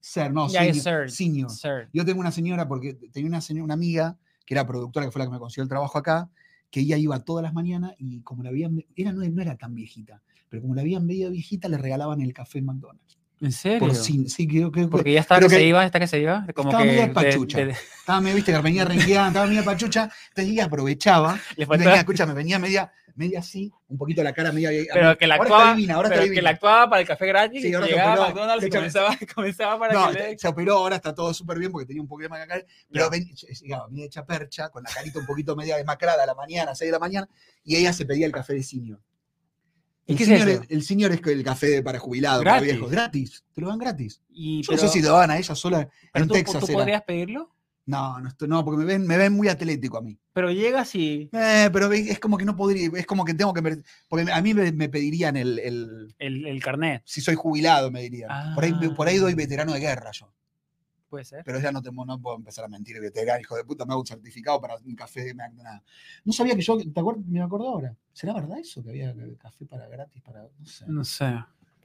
Sir, no, Eh. Ya, senior. es sir. senior. sir. Yo tengo una señora, porque tenía una, señora, una amiga que era productora, que fue la que me consiguió el trabajo acá, que ella iba todas las mañanas y como la habían, era, no, no era tan viejita, pero como la habían medio viejita, le regalaban el café en McDonald's. ¿En serio? Por sin, sí, creo, creo que- Porque ya está que, creo que- se iba, está que se iba. Como Estaba que media de- pachucha. de- de- estaba medio, viste, que venía rengueada, estaba media pachucha, entonces ella aprovechaba, le faltaba- venía, escúchame, venía media, media así, un poquito la cara media... pero que la ahora actuaba, está divina, ahora está pero que la divina. actuaba para el café gratis Sí, y ahora se llegaba operó. a McDonald's y Escúchame. comenzaba, comenzaba para No, que le... se operó, ahora está todo súper bien porque tenía un poquito más acá, Ya. pero ven- llegaba, venía hecha percha, con la carita un poquito media desmacrada a la mañana, 6 de la mañana, y ella se pedía el café de senior. ¿Y El qué es senior, eso? es, el senior es el café de- para jubilados, Gratis. para viejos, gratis, te lo dan gratis. Y, Yo pero, no sé si lo dan a ella sola pero en tú, Texas. tú era. podrías pedirlo, No, no, esto- no, porque me ven, me ven muy atlético a mí. pero llegas y Eh, pero ve- es como que no podría, es como que tengo que... mer- Porque a mí me, me pedirían el, el- el, el carnet, Si soy jubilado, me dirían. Por, ahí, por ahí Ah. doy veterano de guerra yo. puede ser. pero ya no, te, no puedo empezar a mentir, veterano, hijo de puta, me hago un certificado para un café de nada. No sabía que yo, ¿te acuerdas? Me acuerdo ahora. ¿Será verdad eso? Que había café para gratis, para, no sé. No sé.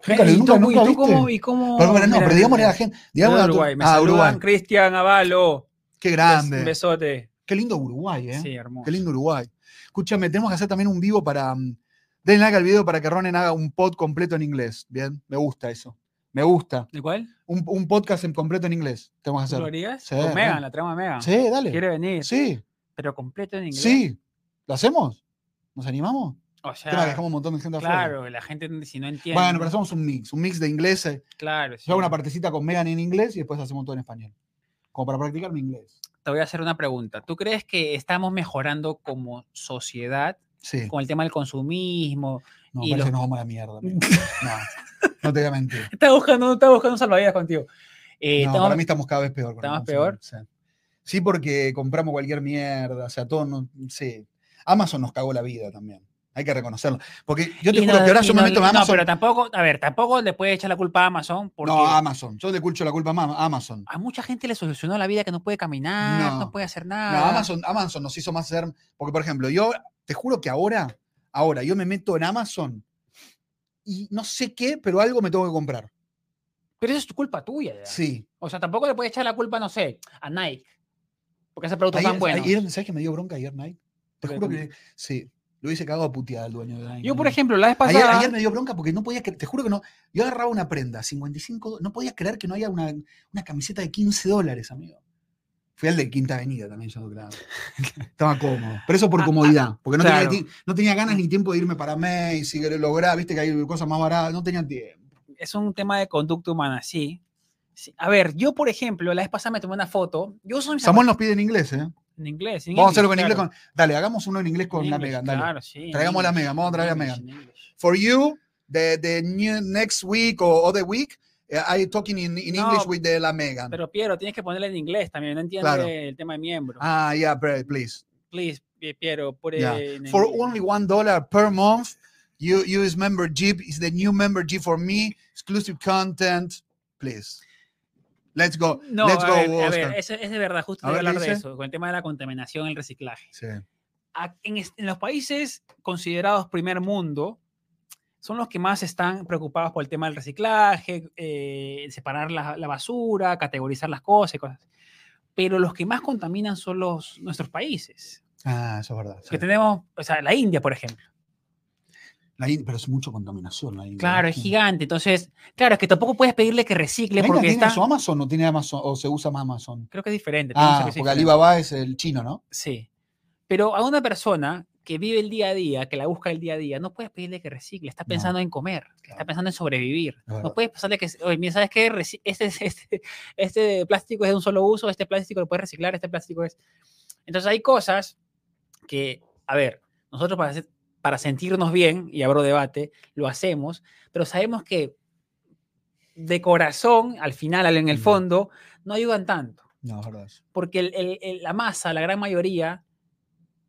Nunca lo- ¿Y nunca- tú- nunca y tú viste. cómo- y cómo- Pero bueno, no, mira, pero digámosle a la mira, gente. de Digámosle a tu- Uruguay, me ah, saludan, Uruguay. Cristian Avalo, Qué un grande. besote. Qué lindo Uruguay, ¿eh? Sí, hermoso. Qué lindo Uruguay. Escúchame, tenemos que hacer también un vivo para mm, Den like al video para que Ronen haga un pod completo en inglés. Bien, me gusta eso. Me gusta. ¿De cuál? Un, un podcast en completo en inglés. Te vamos a ¿Tú lo hacer. harías? Sí, Con Megan, eh. la trama de Megan. Sí, dale. Quiere venir, Sí, pero completo en inglés. sí. ¿Lo hacemos? ¿Nos animamos? O Tema que sea, dejamos un montón de gente afuera. claro, la gente n- si no entiende. Bueno, pero hacemos un mix, un mix de inglés. eh. Claro, sí. Yo hago una partecita con Megan en inglés y después hacemos todo en español. Como para practicar mi inglés. Te voy a hacer una pregunta. ¿Tú crees que estamos mejorando como sociedad Sí. con el tema del consumismo? No, y parece lo- que nos vamos a la mierda. amigo. No, no te voy a mentir. Está buscando, está buscando salvavidas contigo. Eh, No, estamos- para mí estamos cada vez peor. con el ¿Estamos consumo, peor? Sí. Sí, porque compramos cualquier mierda, o sea, todo, no, sí. Amazon nos cagó la vida también, hay que reconocerlo. Porque yo te y juro no- que ahora y yo me no- meto en No, Amazon. pero tampoco, a ver, tampoco le puede echar la culpa a Amazon porque No, Amazon, yo le culcho la culpa a Ma- a Amazon. a mucha gente le solucionó la vida que no puede caminar, no, No. puede hacer No, nada. Amazon, Amazon nos hizo más ser, porque por ejemplo, yo te juro que ahora, ahora yo me meto en Amazon y no sé qué, pero algo me tengo que comprar. Pero eso es tu culpa tuya. ya. Sí. O sea, tampoco le puede echar la culpa, no sé, a Nike. Porque ese producto es Ayer, tan bueno. ayer, ¿Sabes que me dio bronca ayer, Nike? Te Ok, juro ¿cómo? que sí, lo hubiese cagado a puteada al dueño de Nike. Yo, por amigo. ejemplo, la vez Ayer, pasada. ayer me dio bronca porque no podía creer, te juro que no. Yo agarraba una prenda, 55, do- no podía creer que no haya una, una camiseta de 15 dólares, amigo. Fui al de Quinta Avenida también, yo claro. Estaba cómodo. Pero eso por Ah, comodidad, porque no, claro. tenía, ti- no tenía ganas ni tiempo de irme para Macy, si lograr, viste que hay cosas más baratas, no tenía tiempo. es un tema de conducta humana, sí. Sí. A ver, yo, por ejemplo, la vez pasada me tomé una foto. Yo soy Samuel nos pide en inglés, ¿eh? en inglés. Vamos a hacerlo en inglés con. Dale, hagamos uno en inglés con la Megan, Megan, dale. Claro, sí. en Traigamos la English, Megan, vamos a traer a en Megan. English, en English. For you, the, the new next week or other week, eh, I talking in, in No, English with the, la Megan. Pero Piero, tienes que ponerla en inglés también. No entiende Claro. el tema de miembro. Ah, yeah, pre- please. Please, Pi- Piero, put it Yeah. in for English. only one dollar per month you use membership is the new membership for me exclusive content please let's go No, let's a go ver, a ver, Oscar. es, es de verdad, justo A de ver, ¿qué hablar de dice? eso, con el tema de la contaminación, el reciclaje. Sí. a- en, es- en los países considerados primer mundo, son los que más están preocupados por el tema del reciclaje, eh, separar la, la basura, categorizar las cosas y cosas. Pero los que más contaminan son los, nuestros países. ah eso es verdad sí. Que tenemos, o sea, la India, por ejemplo. La India- pero es mucho contaminación la India. Claro, es Sí. gigante. Entonces, claro, es que tampoco puedes pedirle que recicle ¿Venga, porque tiene está... su Amazon no tiene Amazon o se usa más Amazon Creo que es diferente. tiene un ah servicio porque diferente. Alibaba es el chino no Sí. Pero a una persona que vive el día a día, que la busca el día a día, no puedes pedirle que recicle. Está No. pensando en comer, está Claro. pensando en sobrevivir. verdad. No puedes pensarle que, oye, mira, ¿sabes qué? Reci- Este, es- este, este plástico es de un solo uso, este plástico lo puedes reciclar, este plástico es... Entonces hay cosas que, a ver, nosotros para, hacer- para sentirnos bien, y abro debate, lo hacemos, pero sabemos que de corazón, al final, al- en el Mm. fondo, no ayudan tanto no es verdad eso. porque el- el- el- la masa, la gran mayoría,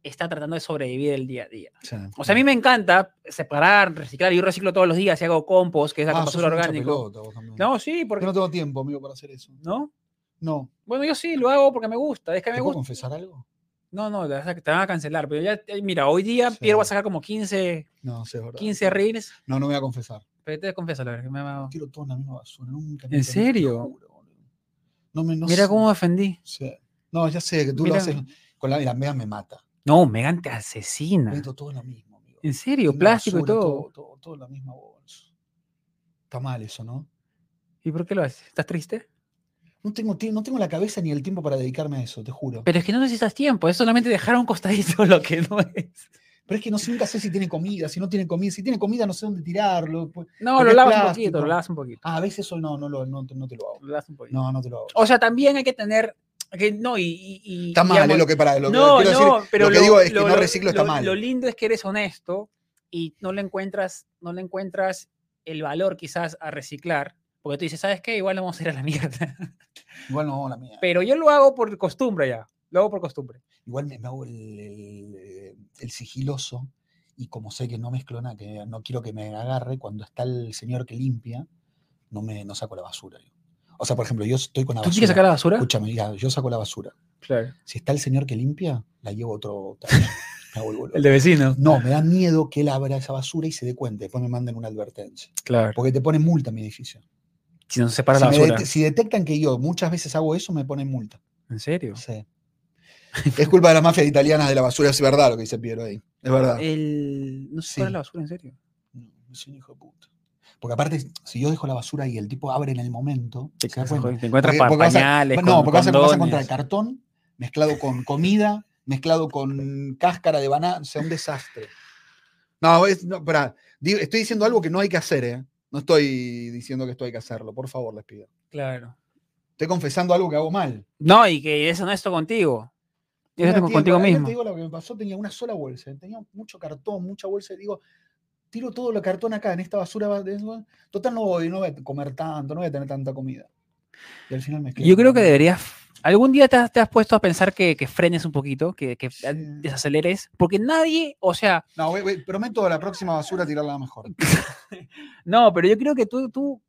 está tratando de sobrevivir el día a día. Sí. O sea, a mí me encanta separar, reciclar. Yo reciclo todos los días y hago compost, que es la Ah, sos compostura un hincha orgánica. pelota vos también. No, sí, porque yo no tengo tiempo amigo para hacer eso ¿No? no Bueno, yo sí lo hago porque me gusta. Es que ¿Te me puedo gusta. confesar algo No, no, te vas a- te van a cancelar. Pero ya, eh, mira, hoy día Sí. Piero va a sacar como 15, no sí, es verdad. 15 reels. no no me voy a confesar Pero te confieso, la verdad, que me ha- tiro todo en la misma basura. Nunca ¿En serio? No me, no Mira sé, cómo me ofendí. sé. No, ya sé que tú Mira. lo haces con la mira, mega me mata. No, Megan te asesina. Meto todo en la misma, amigo. En serio, En la plástico y basura, todo. todo. Todo, todo en la misma bolsa. Está mal eso, ¿no? ¿Y por qué lo haces? ¿Estás triste? No tengo, tie- no tengo la cabeza ni el tiempo para dedicarme a eso, te juro. Pero es que no necesitas tiempo, es solamente dejar a un costadito lo que no es. Pero es que no sé, nunca sé si tiene comida, si no tiene comida. Si tiene comida, no sé dónde tirarlo. pues. No, Porque lo es lavas un plástico. poquito, lo lavas un poquito. Ah, a veces eso no, no, lo, no, te- no te lo hago. lo lavas un poquito. No, no te lo hago. O sea, también hay que tener. Que, no, y. y- y- Está y mal, digamos, es lo que para lo que no, quiero no, decir. pero lo que digo es que no reciclo está lo- mal. Lo lindo es que eres honesto y no le encuentras, no le encuentras el valor quizás a reciclar. Porque tú dices, ¿sabes qué? Igual nos vamos a ir a la mierda. Igual no, la mía. Pero yo lo hago por costumbre ya. Lo hago por costumbre. Igual me, me hago el, el, eh, el sigiloso y como sé que no mezclo nada, que no quiero que me agarre, cuando está el señor que limpia, no me no saco la basura. digo. O sea, por ejemplo, yo estoy con la ¿Tú basura. quieres sacar la basura? Escúchame, mira, yo saco la basura. Claro. Si está el señor que limpia, la llevo a otro. taller. Me hago el boludo. El de vecino. No, me da miedo que él abra esa basura y se dé cuenta. Después me manden una advertencia. Claro. Porque te ponen multa en mi edificio. Si no se separa si, la me basura. dete- si detectan que yo muchas veces hago eso, me ponen multa. ¿En serio? Sí. Es culpa de las mafias italianas de la basura, es verdad lo que dice Piero ahí. Es verdad. El, no sé Ah. Sí. cuál es la basura, en serio. No, es un hijo de puta. Porque aparte, si yo dejo la basura y el tipo abre en el momento, se da cuenta. Te encuentras Porque- porque vas a- pañales, no, con porque vas a, vas a encontrar condones. cartón mezclado con comida, mezclado con cáscara de banana, o sea, un desastre. No, es, no, pará. Di- estoy diciendo algo que no hay que hacer, ¿eh? No estoy diciendo que esto hay que hacerlo, por favor, les pido. Claro. Estoy confesando algo que hago mal. No, y que es honesto contigo. Y es Mira, honesto tío, contigo para- yo mismo. Te digo lo que me pasó, tenía una sola bolsa, tenía mucho cartón, mucha bolsa, y digo, tiro todo el cartón acá, en esta basura, va- de- total no voy, no voy a comer tanto, no voy a tener tanta comida. Y al final mezclé Yo creo que todo. deberías. Algún día te has, te has puesto a pensar que, que frenes un poquito, que, que Sí. desaceleres, porque nadie, o sea, No, güey, güey, prometo a la próxima basura tirarla mejor. no, pero yo creo que tú, tú,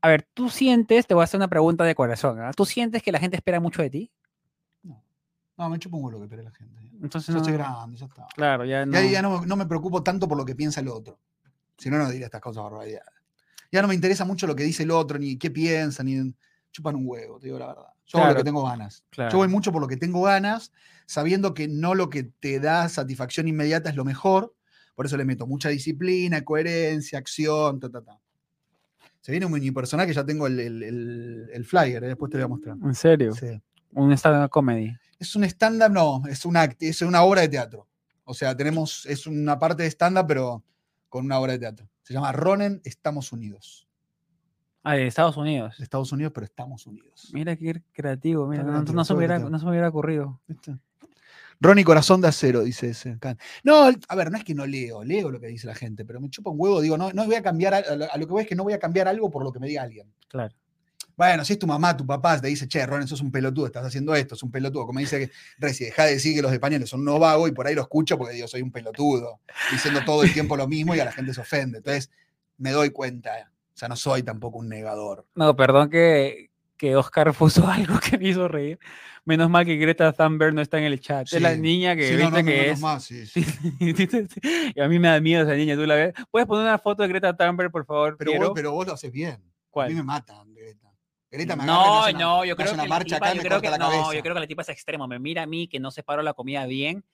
a ver, tú sientes, te voy a hacer una pregunta de corazón, ¿ah? ¿tú sientes que la gente espera mucho de ti? No, me chupo un huevo lo que espera la gente. ¿eh? Entonces, Yo estoy no- grande, ya está. claro, ya no. Ya, ya no, no me preocupo tanto por lo que piensa el otro. Si no, no diría estas cosas barbaridades. Ya no me interesa mucho lo que dice el otro, ni qué piensa, ni chupan un huevo, te digo la verdad. Yo hago lo Claro. que tengo ganas. claro. Yo voy mucho por lo que tengo ganas, sabiendo que no lo que te da satisfacción inmediata es lo mejor. Por eso le meto mucha disciplina, coherencia, acción, ta, ta, ta. Se viene un mini personaje, que ya tengo el, el- el- el flyer, eh, después te lo voy a mostrar. En serio, Sí. un stand comedy. Es un stand-up, no, es una, act- es una obra de teatro. O sea, tenemos, es una parte de stand-up, pero con una obra de teatro. Se llama Ronen, Estamos Unidos. Ah, de Estados Unidos. De Estados Unidos, pero estamos unidos. Mira qué creativo, mira, no, creativo, no se todo me hubiera, creativo. no se me hubiera ocurrido. ¿Viste? Ronnie Corazón de Acero, dice ese. acá. No, a ver, no es que no leo, leo lo que dice la gente, pero me chupa un huevo, digo, no, no voy a cambiar, a, a lo- a lo que voy es que no voy a cambiar algo por lo que me diga alguien. Claro. Bueno, si es tu mamá, tu papá, te dice, che, Ronen, sos un pelotudo, estás haciendo esto, es un pelotudo. Como dice que, Reci, deja de decir que los españoles son unos vagos y por ahí lo escucho porque digo, soy un pelotudo, diciendo todo el tiempo lo mismo y a la gente se ofende. Entonces, me doy cuenta, o sea, no soy tampoco un negador. No, perdón que, que Oscar puso algo que me hizo reír. Menos mal que Greta Thunberg no está en el chat. Es la Sí. niña que Sí, no, viste no, no, que no, no, es. más, sí, sí. y a mí me da miedo esa niña, tú la ves. ¿Puedes poner una foto de Greta Thunberg, por favor? Pero, Piero? vos, pero vos lo haces bien. A mí ¿Cuál? me matan, Greta. Greta me agarra y me No, hace una- no, yo me creo hace una que la marcha acá tipa, y yo me creo que corta la no, yo cabeza. creo que la tipa es extremo. Me mira a mí que no separo la comida bien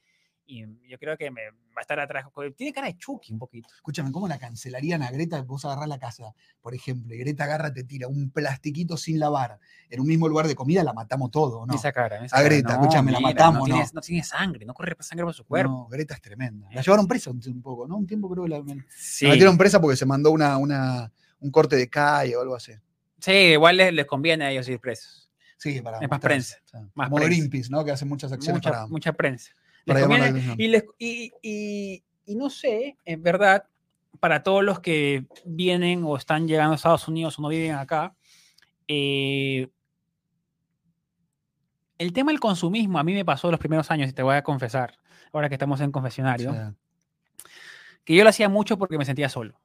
y yo creo que me va a estar atrás. Tiene cara de Chucky un poquito. Escúchame, ¿cómo la cancelarían a Greta? Vos agarrás la casa, por ejemplo, y Greta agarra, te tira un plastiquito sin lavar en un mismo lugar de comida, la matamos todo, ¿no? Esa cara, esa A cara, Greta, Ah, escúchame, la matamos, no, ¿no? tiene- no tiene sangre, no corre sangre por su cuerpo. Eh. No, Greta es tremenda. La llevaron presa un, un poco, ¿no? Un tiempo creo que la, la Sí. metieron presa porque se mandó una, una, un corte de calle o algo así. Sí, igual les, les conviene a ellos ir presos. Sí, para. Es más mostrarse, o sea, más como prensa. Greenpeace, ¿no? Que hacen muchas acciones Mucha, para. mucha prensa. para Les llamar la conviene- atención. y, les- y- y- y no sé, en verdad, para todos los que vienen o están llegando a Estados Unidos o no viven acá, eh, el tema del consumismo a mí me pasó los primeros años, y te voy a confesar, ahora que estamos en confesionario. Sí. que yo lo hacía mucho porque me sentía solo.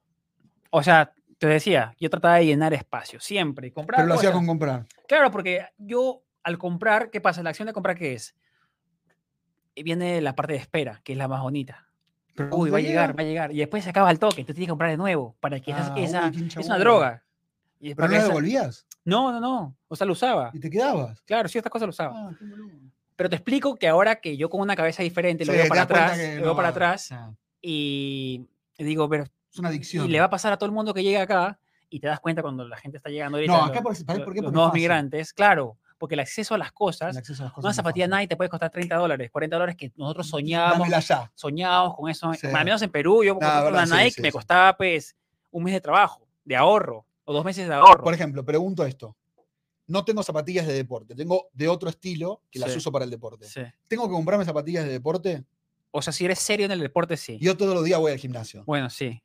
O sea, te decía, yo trataba de llenar espacio, siempre. y Compraba Pero lo hacía cosas. con comprar. Claro, porque yo al comprar, ¿qué pasa? La acción de comprar, ¿qué es? Y Viene la parte de espera, que es la más bonita. Pero Uy, va a llega, llegar, va a llegar. Y después se acaba el toque, entonces tienes que comprar de nuevo. Para que esas- Ah, uy, esa, qué hincha es una bola. droga. Y Pero es para no que la esa- devolvías no, no, no. O sea, lo usaba. y te quedabas. Claro, sí, estas cosas lo usaba. Ah, qué boludo. Pero te explico que ahora que yo con una cabeza diferente lo Sí, veo te para das cuenta atrás, que lo veo no, para o atrás sea, y y digo, pero Es una adicción. Y le va a pasar a todo el mundo que llega acá y te das cuenta cuando la gente está llegando ahorita. No, acá lo- por, ¿sabés lo- por qué? Los Porque nuevos fácil. migrantes, claro, porque el acceso a las El cosas, acceso a las cosas una es más zapatilla fácil. Nike te puede costar 30 dólares, 40 dólares que nosotros soñábamos, Dámela ya. soñábamos con eso. Sí. Al menos en Perú, yo compré verdad, una sí, Nike sí, me sí. costaba pues un mes de trabajo, de ahorro, o dos meses de ahorro. Por ejemplo, pregunto esto. No tengo zapatillas de deporte, tengo de otro estilo que las Sí. uso para el deporte. Sí. ¿Tengo que comprarme zapatillas de deporte? O sea, si eres serio en el deporte, sí. Yo todos los días voy al gimnasio. Bueno, sí,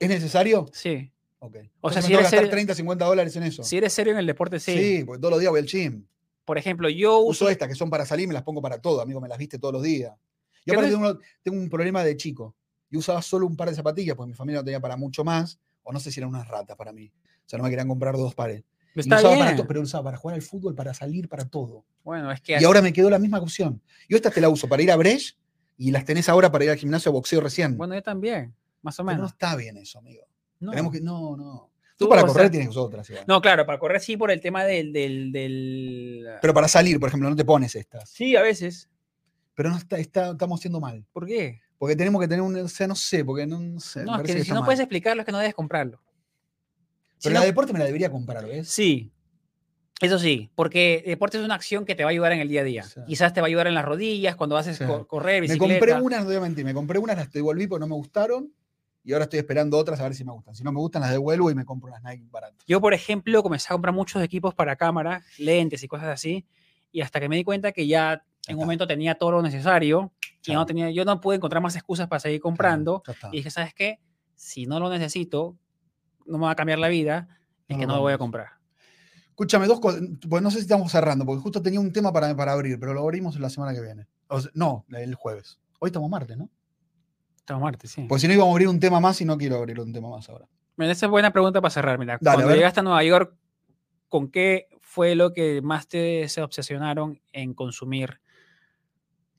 ¿Es necesario? sí. Ok. O sea, Entonces me tengo si que eres gastar serio- 30, 50 dólares en eso. Si eres serio en el deporte, sí. Sí, porque todos los días voy al gym. Por ejemplo, yo uso... Uso estas que son para salir, me las pongo para todo, amigo, me las viste todos los días. Y Pero aparte tengo, uno- tengo un problema de chico. Yo usaba solo un par de zapatillas porque mi familia no tenía para mucho más, o no sé si eran unas ratas para mí. O sea, no me querían comprar dos pares. Y Está usaba para bien. to- pero usaba para jugar al fútbol, para salir, para todo. Bueno, es que... Y ahora me quedó la misma opción. Yo estas te la uso para ir a Brecht y las tenés ahora para ir al gimnasio a boxeo recién. Bueno, yo también, más o Pero no menos. está bien eso, amigo. No. Tenemos que. No, no. Tú, Tú, para o correr sea, tienes que usar otras. igual. No, claro, para correr sí por el tema del... del, del- Pero para salir, por ejemplo, no te pones estas. Sí, a veces. Pero no está, está- estamos haciendo mal. ¿Por qué? Porque tenemos que tener un. O sea, no sé, porque no, no sé. me No, es parece que que si está no mal. puedes explicarlo es que no debes comprarlo. Si Pero la no- de deporte me la debería comprar, ¿ves? Sí. Eso sí, porque deporte es una acción que te va a ayudar en el día a día. Sí. Quizás te va a ayudar en las rodillas, cuando haces Sí. co- correr, Me bicicleta. compré unas, no te voy a mentir, me compré unas, las devolví porque no me gustaron. Y ahora estoy esperando otras a ver si me gustan. Si no me gustan, las devuelvo y me compro unas Nike baratas. Yo, por ejemplo, comencé a comprar muchos equipos para cámara, lentes y cosas así, y hasta que me di cuenta que ya en está. un momento tenía todo lo necesario, y Chao. no tenía, yo no pude encontrar más excusas para seguir comprando, Ya está. y dije, ¿sabes qué? Si no lo necesito, no me va a cambiar la vida, es No que lo no lo voy a comprar. Escúchame, dos cosas. Pues no sé si estamos cerrando, porque justo tenía un tema para, para abrir, pero lo abrimos la semana que viene. O sea, no, el jueves. Hoy estamos martes, ¿no? Estamos martes, sí. Porque si no íbamos a abrir un tema más y no quiero abrir un tema más ahora. Mira, esa es buena pregunta para cerrar, mira. Dale, a Cuando ver. llegaste a Nueva York, ¿con qué fue lo que más te se obsesionaron en consumir?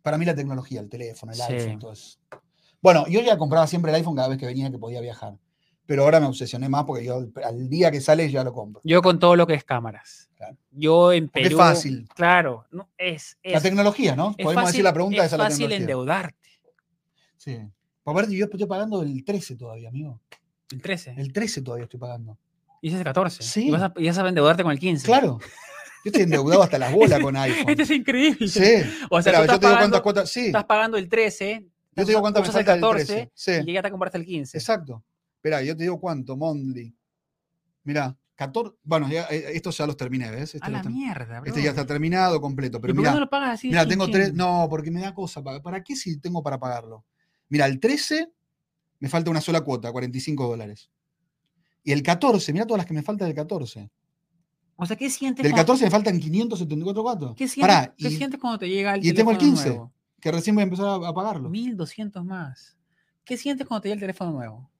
Para mí la tecnología, el teléfono, el Sí. iPhone, todo eso. Bueno, yo ya compraba siempre el iPhone cada vez que venía que podía viajar. Pero ahora me obsesioné más porque yo al- al día que sale ya lo compro. Yo con todo lo que es cámaras. Claro. Yo en Porque es Perú. fácil. Claro, no, es, es, la tecnología, ¿no? es Podemos decir fácil- la pregunta es esa, la fácil tecnología. endeudarte. Sí. Por ver, yo estoy pagando el 13 todavía, amigo. El 13. El 13 todavía estoy pagando. y ese es el 14. Eh, Sí. Y vas a, y vas a endeudarte con el 15. Claro. Yo estoy endeudado hasta las bolas con iPhone. Este es increíble. Sí. O sea, Espera, yo te tú estás, digo pagando, cuántas cuotas. Sí. estás pagando el 13, Yo te digo cuánto me usas el falta el 14, 13. y Sí. llegas a comprarte el 15. Exacto. Espera, yo te digo cuánto, Mondly. Mirá, 14. Bueno, ya, eh, estos ya los terminé, ¿ves? Este, a los la ter- mierda, bro. este ya está terminado completo. Pero ¿Y por qué mirá, no lo pagas así? de mirá, tengo chin, tres. chin? No, porque me da cosa. ¿Para, para qué si tengo para pagarlo? Mira, el 13 me falta una sola cuota, 45 dólares. Y el 14, mira todas las que me faltan del 14. O sea, ¿qué sientes? Del cuando- 14 me faltan 574 cuotas. ¿Qué sientes, Pará, qué y sientes cuando te llega el y tengo el teléfono 15. nuevo? que recién voy a empezar a, a pagarlo. 1200 más. ¿Qué sientes cuando te llega el teléfono nuevo?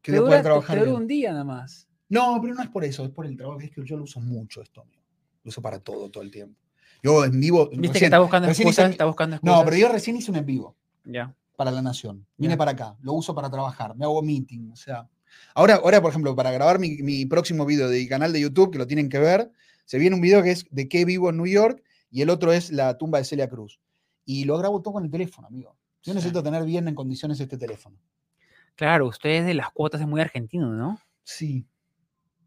Que Te voy a poder dura- trabajar. te dura bien. un día nada más. No, pero no es por eso, es por el trabajo. Es que yo lo uso mucho esto, amigo. Lo uso para todo, todo el tiempo. Yo en vivo. Viste que recién- está buscando recién hice excusas, mi- está buscando excusas. No, pero yo recién hice un en vivo Ya. para La Nación. Vine Ya. para acá, lo uso para trabajar, me hago meeting, o sea. Ahora, ahora por ejemplo, para grabar mi, mi próximo video de mi canal de YouTube, que lo tienen que ver, se viene un video que es de qué vivo en New York y el otro es la tumba de Celia Cruz. Y lo grabo todo con el teléfono, amigo. Yo Sí. necesito tener bien en condiciones este teléfono. Claro, ustedes de las cuotas es muy argentino, ¿no? Sí.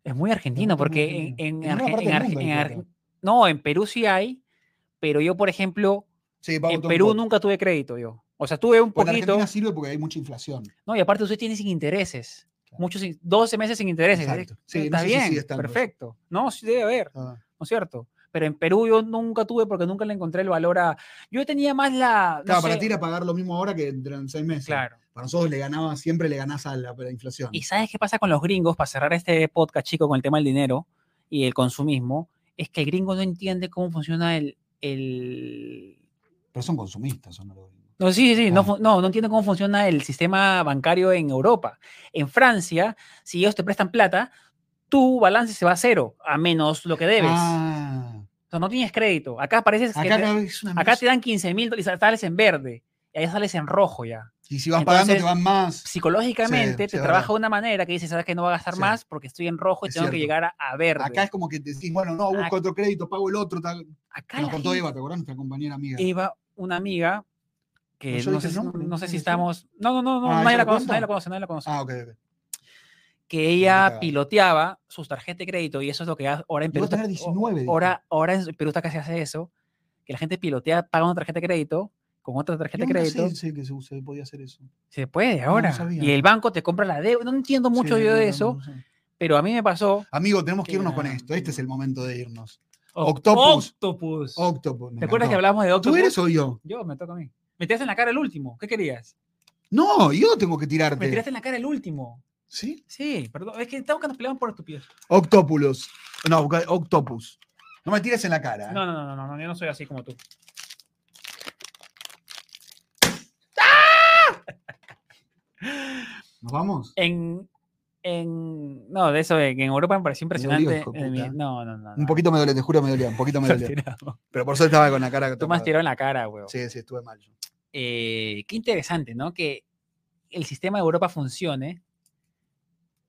Es muy argentino cuotas muy porque en, argentino. en, En ninguna Arge- parte en del Arge- mundo hay en Arge- cuota. no, en Perú sí hay, pero yo por ejemplo Sí, pago en todo Perú cuota. nunca tuve crédito yo. O sea, tuve un Bueno, en poquito, Argentina sirve porque hay mucha inflación. no, y aparte usted tiene sin intereses. Claro. Muchos sin- 12 meses sin intereses. ¿eh? Exacto. Sí, no está sé si bien, sigue estando eso. perfecto. No, sí debe haber. Ah. ¿no es cierto? Pero en Perú yo nunca tuve porque nunca le encontré el valor a... Yo tenía más la... no Claro, para sé, ti era pagar lo mismo ahora que dentro de seis meses. Claro. Para nosotros le ganaba, siempre le ganás a la, a la inflación. ¿Y sabes qué pasa con los gringos? Para cerrar este podcast, chico, con el tema del dinero y el consumismo, es que el gringo no entiende cómo funciona el... el... Pero son consumistas, son los- No, sí, sí, no, Ah. fu- no, no entiende cómo funciona el sistema bancario en Europa. En Francia, si ellos te prestan plata, tu balance se va a cero, a menos lo que debes. Ah, O sea, no tienes crédito. Acá parece que acá, te- cada vez es una acá te mierda. dan 15 mil y sales en verde. Y allá sales en rojo ya. Y si vas pagando, te van entonces, más. psicológicamente sí, te es trabaja verdad. de una manera que dices, sabes que no va a gastar Sí. más porque estoy en rojo y Es tengo que cierto. llegar a, a verde. Acá es como que te decís, bueno, no, busco Ac- otro crédito, pago el otro. Tal. Acá Que nos la contó Eva, gente- ¿te acordás? Nuestra compañera amiga. Eva, una amiga que ¿Pues yo no, dije sé, el si- nombre? no sé ¿Puedes si decir? estamos... No, no, no, no, Ah, ¿ella nadie, la lo conoce, nadie cuenta? la conoce, nadie la conoce. Ah, ok, ok. Que ella cagada. piloteaba sus tarjetas de crédito y eso es lo que ha- ahora en Llegó a Perú... tener está- 19. dijo. Ahora, ahora en Perú está casi hace eso, que la gente pilotea, paga una tarjeta de crédito con otra Yo tarjeta de nunca crédito. sé- sé que se, se podía hacer eso. Se puede lo ahora. sabía. y el banco te compra la deuda. No entiendo mucho Sí, yo no, de no, eso, no sé. pero a mí me pasó. Amigo, tenemos que Qué irnos con esto. Este grande. es el momento de irnos. Oc- Octopus. Octopus. Octopus. me ¿Te acuerdas que encantó. hablamos de Octopus? ¿Tú eres o yo? Yo, me toca a mí. Me tiraste en la cara el último. ¿Qué querías? No, yo tengo que Me tirarte. tiraste en la cara el último. ¿Sí? Sí, perdón. Es que estamos que nos peleamos por estupidez. Octopulus. No, oca- octopus. No me tires en la cara. ¿eh? No, no, no, no, no, yo no soy así como tú. ¿Nos vamos? En. En, no, de eso, en en Europa me pareció dolió, impresionante. hijo de en mi- puta. no, no, no. Un no. poquito me dolía, te juro me dolía, un poquito me Lo has dolía. tirado. Pero por eso estaba con la cara Tú me has tapada. tirado en la cara, weón. Sí, sí, estuve mal. yo. eh, qué interesante, ¿no? Que el sistema de Europa funcione.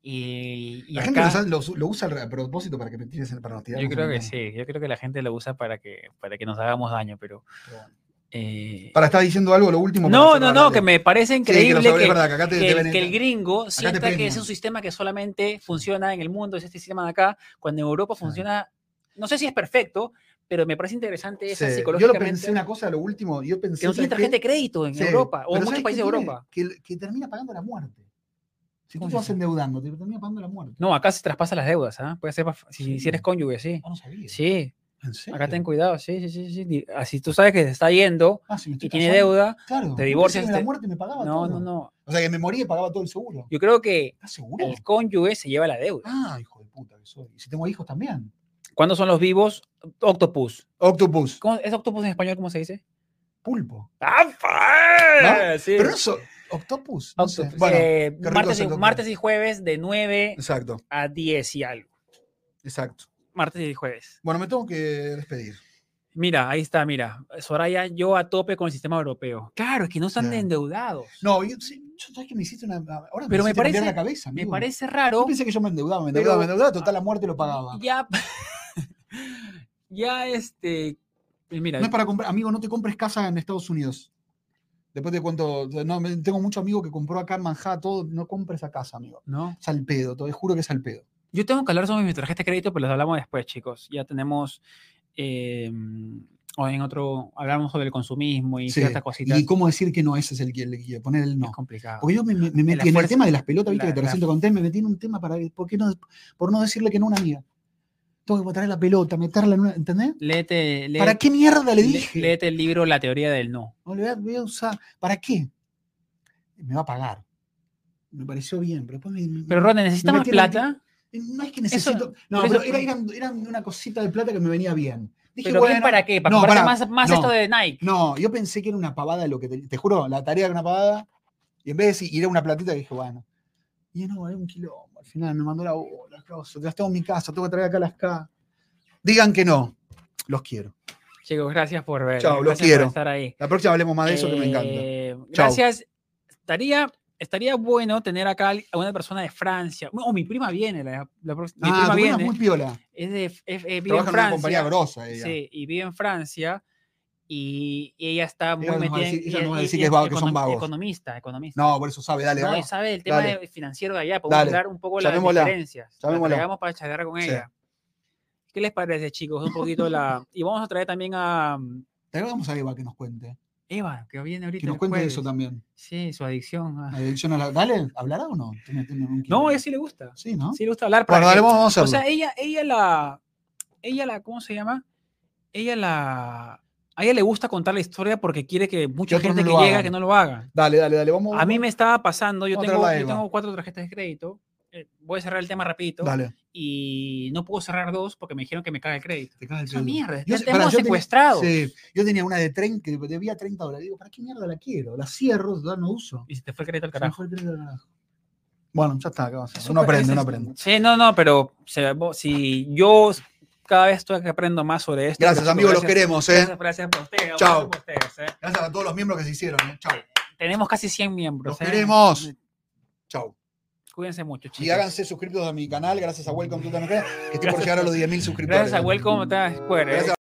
Y, y La gente acá, lo, usa- lo usa a propósito para que me tires en- para nos tirarnos yo en creo la que cara. sí, yo creo que la gente lo usa para que, para que nos hagamos daño, pero Pero bueno. eh, Para estar diciendo algo, lo último. para no, no, cerrar, no, dale. que me parece Sí, que increíble lo que, sabré, es verdad, que acá te- que te el, ven- que el gringo sienta piden que ese es un mucho. sistema que solamente funciona en el mundo, es este sistema de acá, cuando en Europa funciona, no sé si es perfecto, pero me parece interesante esa Sí, Yo lo psicológicamente. pensé una cosa, lo último, yo pensé. que no tiene ¿sabes qué? tarjeta de crédito en Sí, Europa pero o en muchos ¿sabes países qué de tiene? Europa. Que, que termina pagando la muerte. Si tú ¿Cómo te es vas eso? endeudando, te termina pagando la muerte. No, acá se traspasan las deudas, ¿ah? Puede ser pa- si, Sí. si eres cónyuge, sí. Ah, no sabía. Sí, ¿En serio? acá ten cuidado, sí, sí, sí, sí. Di- Así tú sabes que se está yendo Ah, si me y estoy tiene casando, deuda. Claro. yo pensé que divorcias, La te- muerte me pagaba todo. No, no, no. O sea, que me moría y pagaba todo el seguro. Yo creo que ¿Estás seguro? el cónyuge se lleva la deuda. Ah, hijo de puta que soy. Y si tengo hijos también. ¿Cuándo son los vivos? Octopus. Octopus. ¿Cómo- ¿Es octopus en español cómo se dice? Pulpo. ¡Ah, ¿No? Sí. Pero eso, octopus. no sé. Octopus. Bueno, Eh, rico martes, es el y, octopus. martes y jueves de 9 exacto, a 10 y algo. exacto. Martes y jueves. Bueno, me tengo que despedir. Mira, ahí está, mira. Soraya, yo a tope con el sistema europeo. Claro, es que no están Ya. endeudados. No, yo, sí, yo- sabes que me hiciste una. ah, Ahora Pero me hiciste cambiar parece- la cabeza, Me amigo. parece Yo raro. pensé que yo me endeudaba, me endeudaba, Pero- me endeudaba, total la muerte lo pagaba. Ya, ya este, y mira, No es para comprar, amigo, no te compres casa en Estados Unidos. Después te cuento, no, me- tengo mucho amigo que compró acá en Manhattan, todo, no compres esa casa, amigo. ¿no? Es al pedo, te juro que es al pedo. Yo tengo que hablar sobre mi tarjeta de crédito, pero las hablamos después, chicos. Ya tenemos, eh, o en otro, hablamos sobre el consumismo y Sí, ciertas cositas. Y cómo decir que no, ese es el que el guía, poner el no. Es complicado. Porque yo me, me- me la metí en el fuerza- tema de las pelotas, viste la- que te la- recién te conté, me metí en un tema para ¿por qué no, por no decirle que no a una amiga. Tengo que botar la pelota, meterla en una, ¿entendés? Léete, lee- ¿Para qué mierda le le- dije? léete el libro La teoría del no. No le voy a- voy a usar. ¿Para qué? Me va a pagar. Me pareció bien, pero después me- me- Pero Ronnie, ¿necesitas Me más metí en la- plata? no es que necesito. no, por pero eso- era, eran- eran una cosita de plata que me venía bien. Dije, ¿Pero bien bueno, para qué? ¿Para no, comprarte pará, más, más no. esto de Nike? No, yo pensé que era una pavada lo que te, te juro, la tarea era una pavada. Y en vez de decir, ir a una platita, dije, bueno. Y no, era un quilombo. Al final me mandó la bola, cosas. Las tengo en mi casa, tengo que traer acá las K. Digan que no. Los quiero. Chicos, gracias por ver. Chao, los gracias quiero. por estar ahí. La próxima hablemos más de eso que me encanta. Eh, Chau. Gracias. Estaría, estaría bueno tener acá al- a una persona de Francia. O mi prima viene. La, la prox- mi Ah, prima tu prima es viene. muy piola. Es de, es- es- vive Trabaja en en una compañía Francia. grosa ella. sí, y vive en Francia. Y, y ella está muy nos va a metida. en- decir- ella y- nos va a y- decir y que es es vago, que son econom- vagos. Economista, economista. No, por eso sabe, dale, No, vamos. sabe el tema dale. de- financiero de allá. Podemos Dale. hablar un poco de las Llamémosla, diferencias. La llamémosla. traigamos para charlar con Sí. ella. ¿Qué les parece, chicos? Un poquito la. Y vamos a traer también a mm, También vamos a Eva que nos cuente. Eva, que viene ahorita. Que nos el cuente jueves. eso también. Sí, su adicción. a- La adicción a la- Dale, ¿hablará o no? Tiene- tiene un No, quilombo. a ella sí le gusta. Sí, ¿no? Sí le gusta hablar. para Bueno, que- dale, vamos a o hacerlo. sea, ella, ella la. Ella la. ¿Cómo se llama? Ella la. A ella le gusta contar la historia porque quiere que mucha otros gente no que lo llega hagan. que no lo haga. Dale, dale, dale. Vamos. A mí me estaba pasando, yo Vamos a tengo, traerla a yo Eva. tengo cuatro tarjetas de crédito. eh, voy a cerrar el tema rapidito. Dale. Y no puedo cerrar dos porque me dijeron que me caga el crédito. Te caga el Esa pelo. mierda, Yo te- sé- te pará, hemos yo tenía- secuestrado. Sí, yo tenía una de tren que debía 30 dólares. Digo, ¿para qué mierda la quiero? La cierro, total, no uso. Y se te fue el crédito al Se carajo. me fue el crédito al carajo. Bueno, ya está, ¿qué va a hacer? Es Uno súper- aprende, es- uno es- aprende. Sí, no, no, pero se- vos- si yo cada vez estoy que aprendo más sobre esto. Gracias, pero, amigos, los gracias- queremos, ¿eh? Gracias, gracias por ustedes. Chao. abrazo por ustedes, eh. Gracias a todos los miembros que se hicieron, ¿eh? Chau. Tenemos casi 100 miembros. Los eh. queremos. Chau. Cuídense mucho, chicos. Y háganse suscriptos a mi canal, gracias a Welcome to the Canal, que estoy por llegar a los 10.000 suscriptores. Gracias a Welcome Square. eh. Gracias